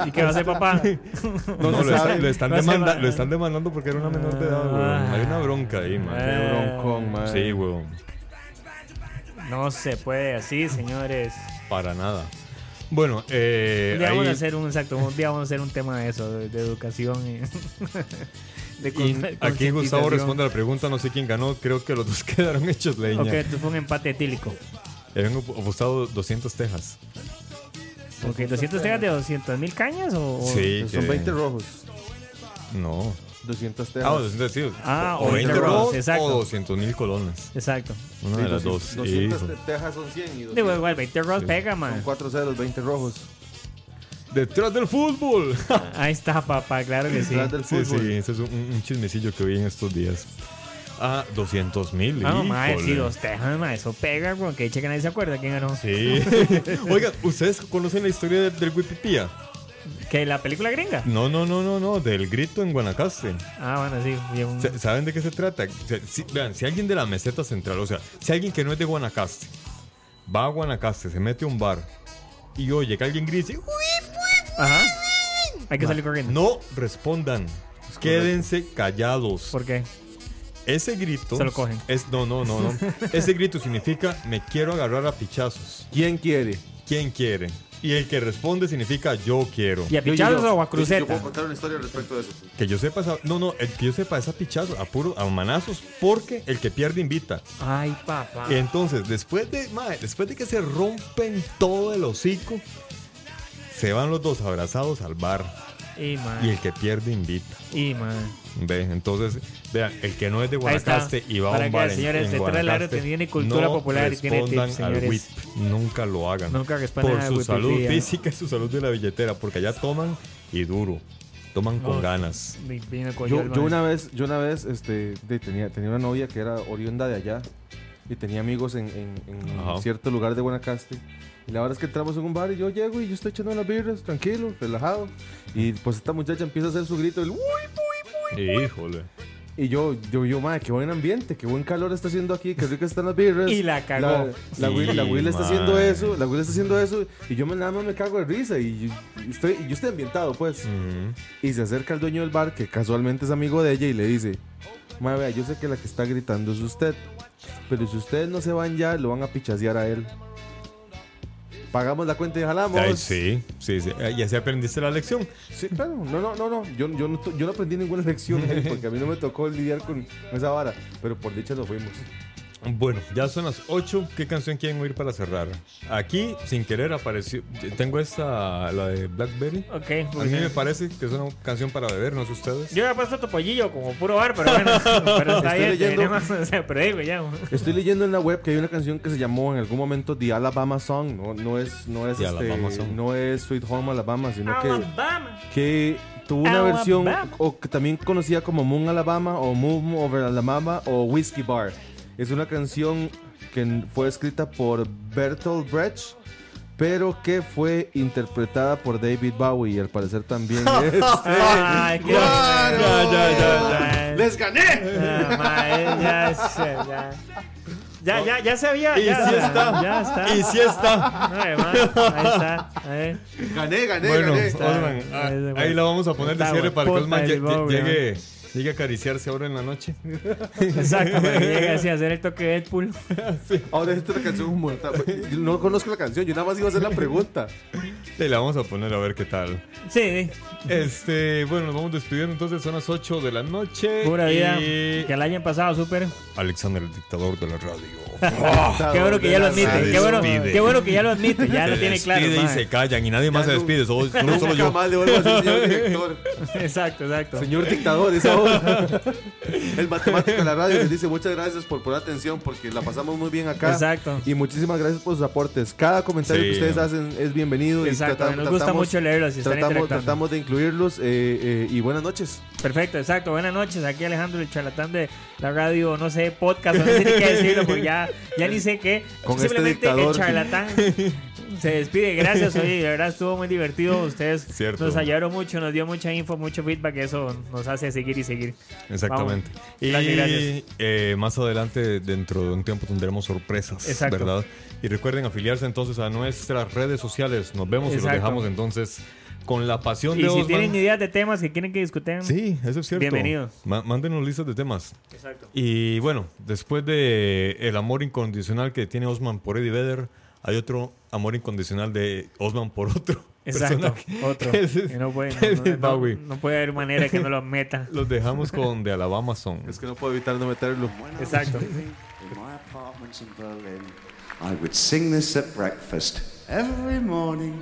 S4: ¿Y qué va a hacer papá?
S3: No,
S5: se
S3: lo, está-
S5: sabe.
S3: lo están
S4: No se
S3: demanda-
S4: va.
S3: lo están demandando porque era una menor de edad, weón. Hay una bronca ahí, madre.
S4: Ah.
S5: Broncón, man.
S3: Sí, weón.
S4: No se puede así, señores.
S3: Para nada. Bueno, eh,
S4: Un día vamos
S3: ahí-
S4: a hacer un exacto, un día vamos a hacer un tema de eso, de, de educación y de
S3: y
S4: con-
S3: aquí Gustavo
S4: concientización.
S3: responde a la pregunta, no sé quién ganó, creo que los dos quedaron hechos leña.
S4: Ok, esto fue un empate etílico.
S3: Le vengo apostado 200 tejas.
S4: Ok, 200 tegas de 200 mil cañas o. o-
S3: Sí,
S5: Son
S3: que-
S5: 20 rojos.
S3: No.
S5: 200
S3: Ah,
S5: telas.
S3: 200, sí.
S4: Ah,
S3: o
S4: o
S3: 20
S4: euros,
S3: euros
S4: exacto.
S3: o 200 mil colones.
S4: Exacto.
S3: Una de las dos.
S5: 200
S3: Hijo.
S5: te- tejas son 100 y
S4: Digo,
S5: 200.
S4: igual, 20 rolls pega, man.
S5: Son 4 ceros, 20 rojos.
S3: Detrás del fútbol.
S4: Ahí está, papá, claro que sí.
S5: Detrás del
S3: Sí, sí,
S5: fútbol.
S3: ese es un, un chismecillo que vi en estos días. Ah, 200 mil.
S4: Ah, No, madre,
S3: híjole.
S4: sí, dos tejas, ma, eso pega, güey. Que dicha que nadie se acuerda quién ganó.
S3: Sí. Oigan, ¿ustedes conocen la historia de- del Wipipía?
S4: ¿Que la película gringa?
S3: No, no, no, no, no, del grito en Guanacaste.
S4: Ah, bueno, sí. bien, un-
S3: Sa- ¿Saben de qué se trata? O sea, si, vean, si alguien de la meseta central, o sea, si alguien que no es de Guanacaste, va a Guanacaste, se mete a un bar y oye que alguien grite, "Uy",
S4: Ajá. Hay que salir corriendo.
S3: no respondan. Quédense callados.
S4: ¿Por qué?
S3: Ese grito.
S4: Se lo cogen.
S3: Es, no, no, no, no. Ese grito significa me quiero agarrar a pichazos.
S5: ¿Quién quiere?
S3: ¿Quién quiere? Y el que responde significa yo quiero.
S4: ¿Y a pichazos o a
S5: Yo
S4: cruceta?
S5: puedo contar una historia respecto de eso.
S3: Que yo sepa, esa- no, no, el que yo sepa es a pichazos, a puro, a manazos, porque el que pierde invita.
S4: Ay, papá.
S3: Y entonces, después de, mae, después de que se rompen todo el hocico, se van los dos abrazados al bar
S4: Y, man.
S3: y el que pierde invita.
S4: Y, man.
S3: Ve, entonces, vean, el que no es de
S4: Ahí está.
S3: Guanacaste y va a
S4: Para
S3: un
S4: que,
S3: bar en,
S4: señores,
S3: en
S4: se trae el
S3: Guanacaste,
S4: aro que tiene cultura
S3: no
S4: popular y tiene tips,
S3: respondan al
S4: señores.
S3: whip. Nunca lo hagan.
S4: Nunca respondan
S3: Por
S4: al
S3: su
S4: whip,
S3: salud
S4: sí, ya.
S3: física y su salud de la billetera, porque allá toman y duro. Toman con
S4: No.
S3: ganas.
S4: Vi- vino con
S5: Yo,
S4: el
S5: yo
S4: man.
S5: una vez, yo una vez este, de- tenía, tenía una novia que era oriunda de allá y tenía amigos en, en- en
S3: Ajá.
S5: cierto lugar de Guanacaste. Y la verdad es que entramos en un bar y yo llego y yo estoy echando unas birras, tranquilo, relajado. Y pues esta muchacha empieza a hacer su grito, el "Uy".
S3: Híjole.
S5: y yo, yo, yo, madre, qué buen ambiente, qué buen calor está haciendo aquí, qué ricas están las birras.
S4: Y la cagó.
S5: La, la
S3: Sí,
S5: Will, la Will está
S3: mae.
S5: haciendo eso, la Will está haciendo eso y yo me- nada más me cago de risa y yo- y estoy, y yo estoy ambientado, pues.
S3: Ujú.
S5: Y se acerca el dueño del bar, que casualmente es amigo de ella, y le dice: "Mae, vea, yo sé que la que está gritando es usted, pero si ustedes no se van ya, lo van a pichasear a él. Pagamos la cuenta y jalamos.
S3: Ay, sí, sí, sí. Y así aprendiste la lección.
S5: Sí, claro. No, no, no, no. Yo, yo no. tu- yo no aprendí ninguna lección, eh, porque a mí no me tocó lidiar con esa vara. Pero por dicha nos fuimos.
S3: Bueno, ya son las 8. ¿Qué canción quieren oír para cerrar? Aquí, sin querer, apareció. Tengo esta, la de Blackberry.
S4: Ok,
S3: A
S4: pues,
S3: mí me parece que es una canción para beber, no sé ustedes.
S4: Yo había puesto topollillo como puro bar, pero bueno. pero está
S5: Estoy
S4: bien,
S5: leyendo-
S4: tenemos- o sea, pero digo, ya.
S5: Estoy leyendo en la web que hay una canción que se llamó en algún momento The Alabama Song. No, no es, no es,
S3: The
S5: este,
S3: Alabama Song.
S5: no es Sweet Home Alabama, sino
S4: Ah,
S5: que.
S4: Alabama.
S5: que tuvo una
S4: Alabama.
S5: versión o que también conocida como Moon Alabama o Moon Over Alabama o Whiskey Bar. Es una canción que n- fue escrita por Bertolt Brecht pero que fue interpretada por David Bowie y al parecer también es.
S4: Ay, qué-
S3: Ya, ya, ya,
S4: Ay,
S5: ¡Les gané!
S4: ah, mae, ya, sé, ya. Ya, ya, ya sabía.
S3: Y
S4: ya,
S3: sí
S4: ya,
S3: está.
S4: Ya está.
S3: Y sí está.
S4: Ay, mae, ahí está. A ver.
S5: Gané, gané,
S3: Bueno,
S5: gané.
S3: Osman,
S4: Está.
S3: ah,
S4: Ahí está,
S3: ahí
S4: bueno.
S3: la vamos a poner de
S4: Está,
S3: cierre
S4: güey,
S3: para que
S4: puta
S3: Osman
S4: del
S3: lle-
S4: Bob,
S3: llegue, llegue a acariciarse ahora en la noche.
S4: Exacto, para que llegue así a hacer el toque Deadpool.
S5: Ahora Oh, esta es la canción muerta. pues. Yo no conozco la canción, yo nada más iba a hacer la pregunta.
S3: Y la vamos a poner a ver qué tal.
S4: Sí, sí.
S3: Este, bueno, nos vamos despidiendo entonces, son las 8 de la noche.
S4: pura vida.
S3: y-
S4: Que la hayan pasado súper.
S3: Alexander, el dictador de la radio.
S4: Ah, Qué bueno que ya lo admite.
S3: radio.
S4: Qué bueno,
S3: Despide.
S4: qué bueno que ya lo admite. Ya
S3: Se
S4: lo tiene claro.
S3: despide y
S4: mae.
S3: se callan y nadie más se
S5: nu-
S3: despide, solo, solo- solo
S5: Nunca
S3: yo.
S5: más le vuelvo a decir, señor director.
S4: Exacto, exacto.
S5: Señor dictador, oh. es ahora. El matemático de la radio les dice muchas gracias por poner atención porque la pasamos muy bien acá.
S4: Exacto.
S5: Y muchísimas gracias por sus aportes. Cada comentario
S3: Sí,
S5: que ustedes
S3: no.
S5: hacen es bienvenido.
S4: Exacto,
S5: y trata-
S4: nos gusta mucho leerlos y estar
S5: tratamos,
S4: interactuando.
S5: tratamos de incluirlos. eh, eh, y buenas noches.
S4: Perfecto, exacto. Buenas noches. Aquí Alejandro, el charlatán de la radio, no sé, podcast, no sé ni qué decirlo, porque ya, ya ni sé qué.
S5: Con este
S4: Simplemente el
S5: dictador.
S4: charlatán se despide. Gracias, oye, de verdad estuvo muy divertido. Ustedes
S3: Cierto.
S4: nos ayudaron mucho, nos dio mucha info, mucho feedback. Eso nos hace seguir y seguir.
S3: Exactamente.
S4: Vamos.
S3: Y
S4: Gracias, gracias.
S3: eh, más adelante, dentro de un tiempo, tendremos sorpresas,
S4: Exacto.
S3: ¿verdad? Y recuerden afiliarse entonces a nuestras redes sociales. Nos vemos y
S4: Exacto.
S3: los dejamos entonces con la pasión
S4: Y
S3: de
S4: si
S3: Osman.
S4: tienen ideas de temas que quieren que discutan,
S3: Sí, eso es cierto.
S4: Bienvenido.
S3: Ma- mándenos listas de temas.
S4: exacto.
S3: Y bueno, después de el amor incondicional que tiene Osman por Eddie Vedder, hay otro amor incondicional de Osman por otro.
S4: Exacto,
S3: personaje.
S4: otro.
S3: Ese es-
S4: Y no, puede,
S3: ese
S4: no-
S3: es
S4: no-
S3: Bowie.
S4: no puede haber manera que no lo meta.
S3: Los dejamos con The Alabama Song.
S5: Es que no puedo evitar no meterlo.
S4: Exacto.
S8: in my apartments in Berlin, I would sing this at breakfast every morning.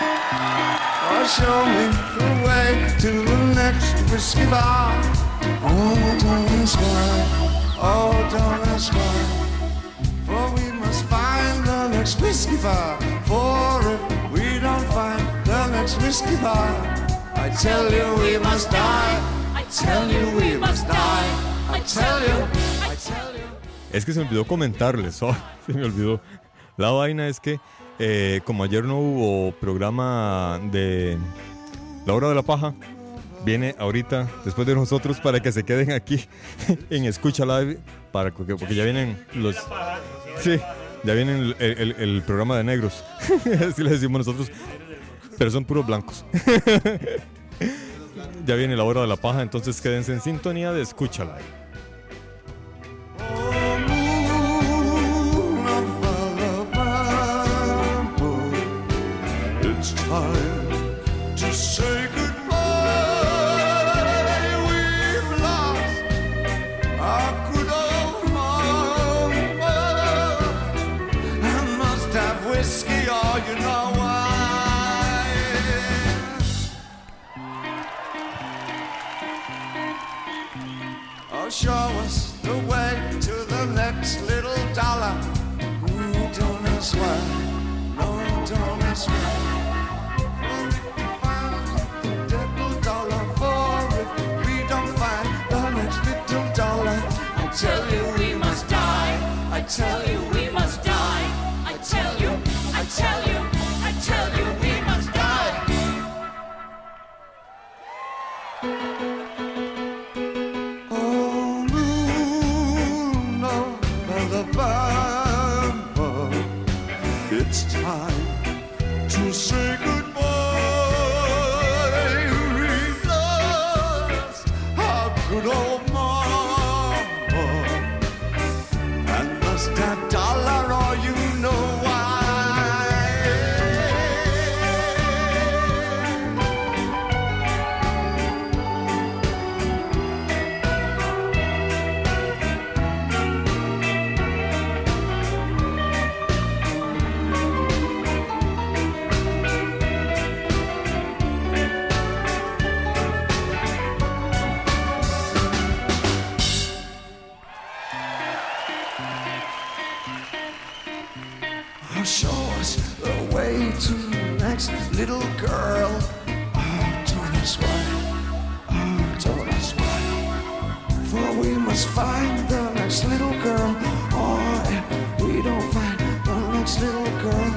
S8: Oh, show me the way to the next whiskey bar. Oh, don't ask why. Oh, don't ask why. For we must find the next whiskey bar. For if we don't find the next whiskey bar, I tell you we must die. I tell you we must die. I tell you. I tell you.
S3: Es que se me olvidó comentarles, oh, se me olvidó. La vaina es que eh, como ayer no hubo programa de La Hora de la Paja, viene ahorita, después de nosotros, para que se queden aquí en Escucha Live, para que- porque ya vienen los... Sí, ya viene el, el- el- el programa de negros, así le decimos nosotros, pero son puros blancos. Ya viene la hora de la paja, entonces quédense en sintonía de Escucha Live.
S8: Oh, moon of Alabama, it's time to say goodbye. We've lost our good old mama. I must have whiskey, or you know why. Oh, show us the way to the next little dollar. Ooh, don't ask why. No, don't ask why. For if we find the little dollar, for if we don't find the next little dollar, I tell you we must die. I tell you we must die. I tell you, I tell you, I tell you we must die. Oh, moon oh, of Alabama, it's time to say Ah, must find the next little girl. Or if we don't find the next little girl,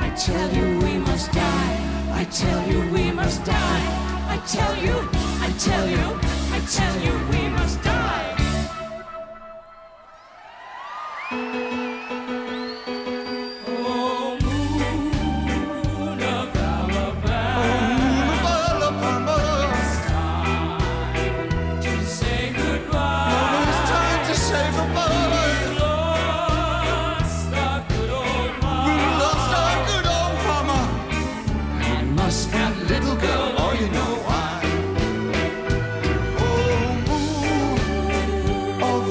S8: I tell you we must die. I tell you we must die. I tell you, I tell you, I tell you we must die. It's time to say goodbye. We lost our good old mama. And must that little girl, oh, you know why. Oh, moon of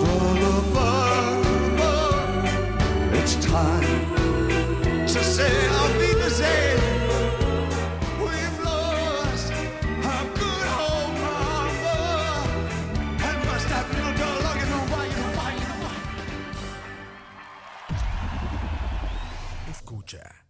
S8: the lover. It's time to say I'll be the same. We've lost our good old mama. And must that little girl, oh, you know why, you know why, you know why.
S9: Escucha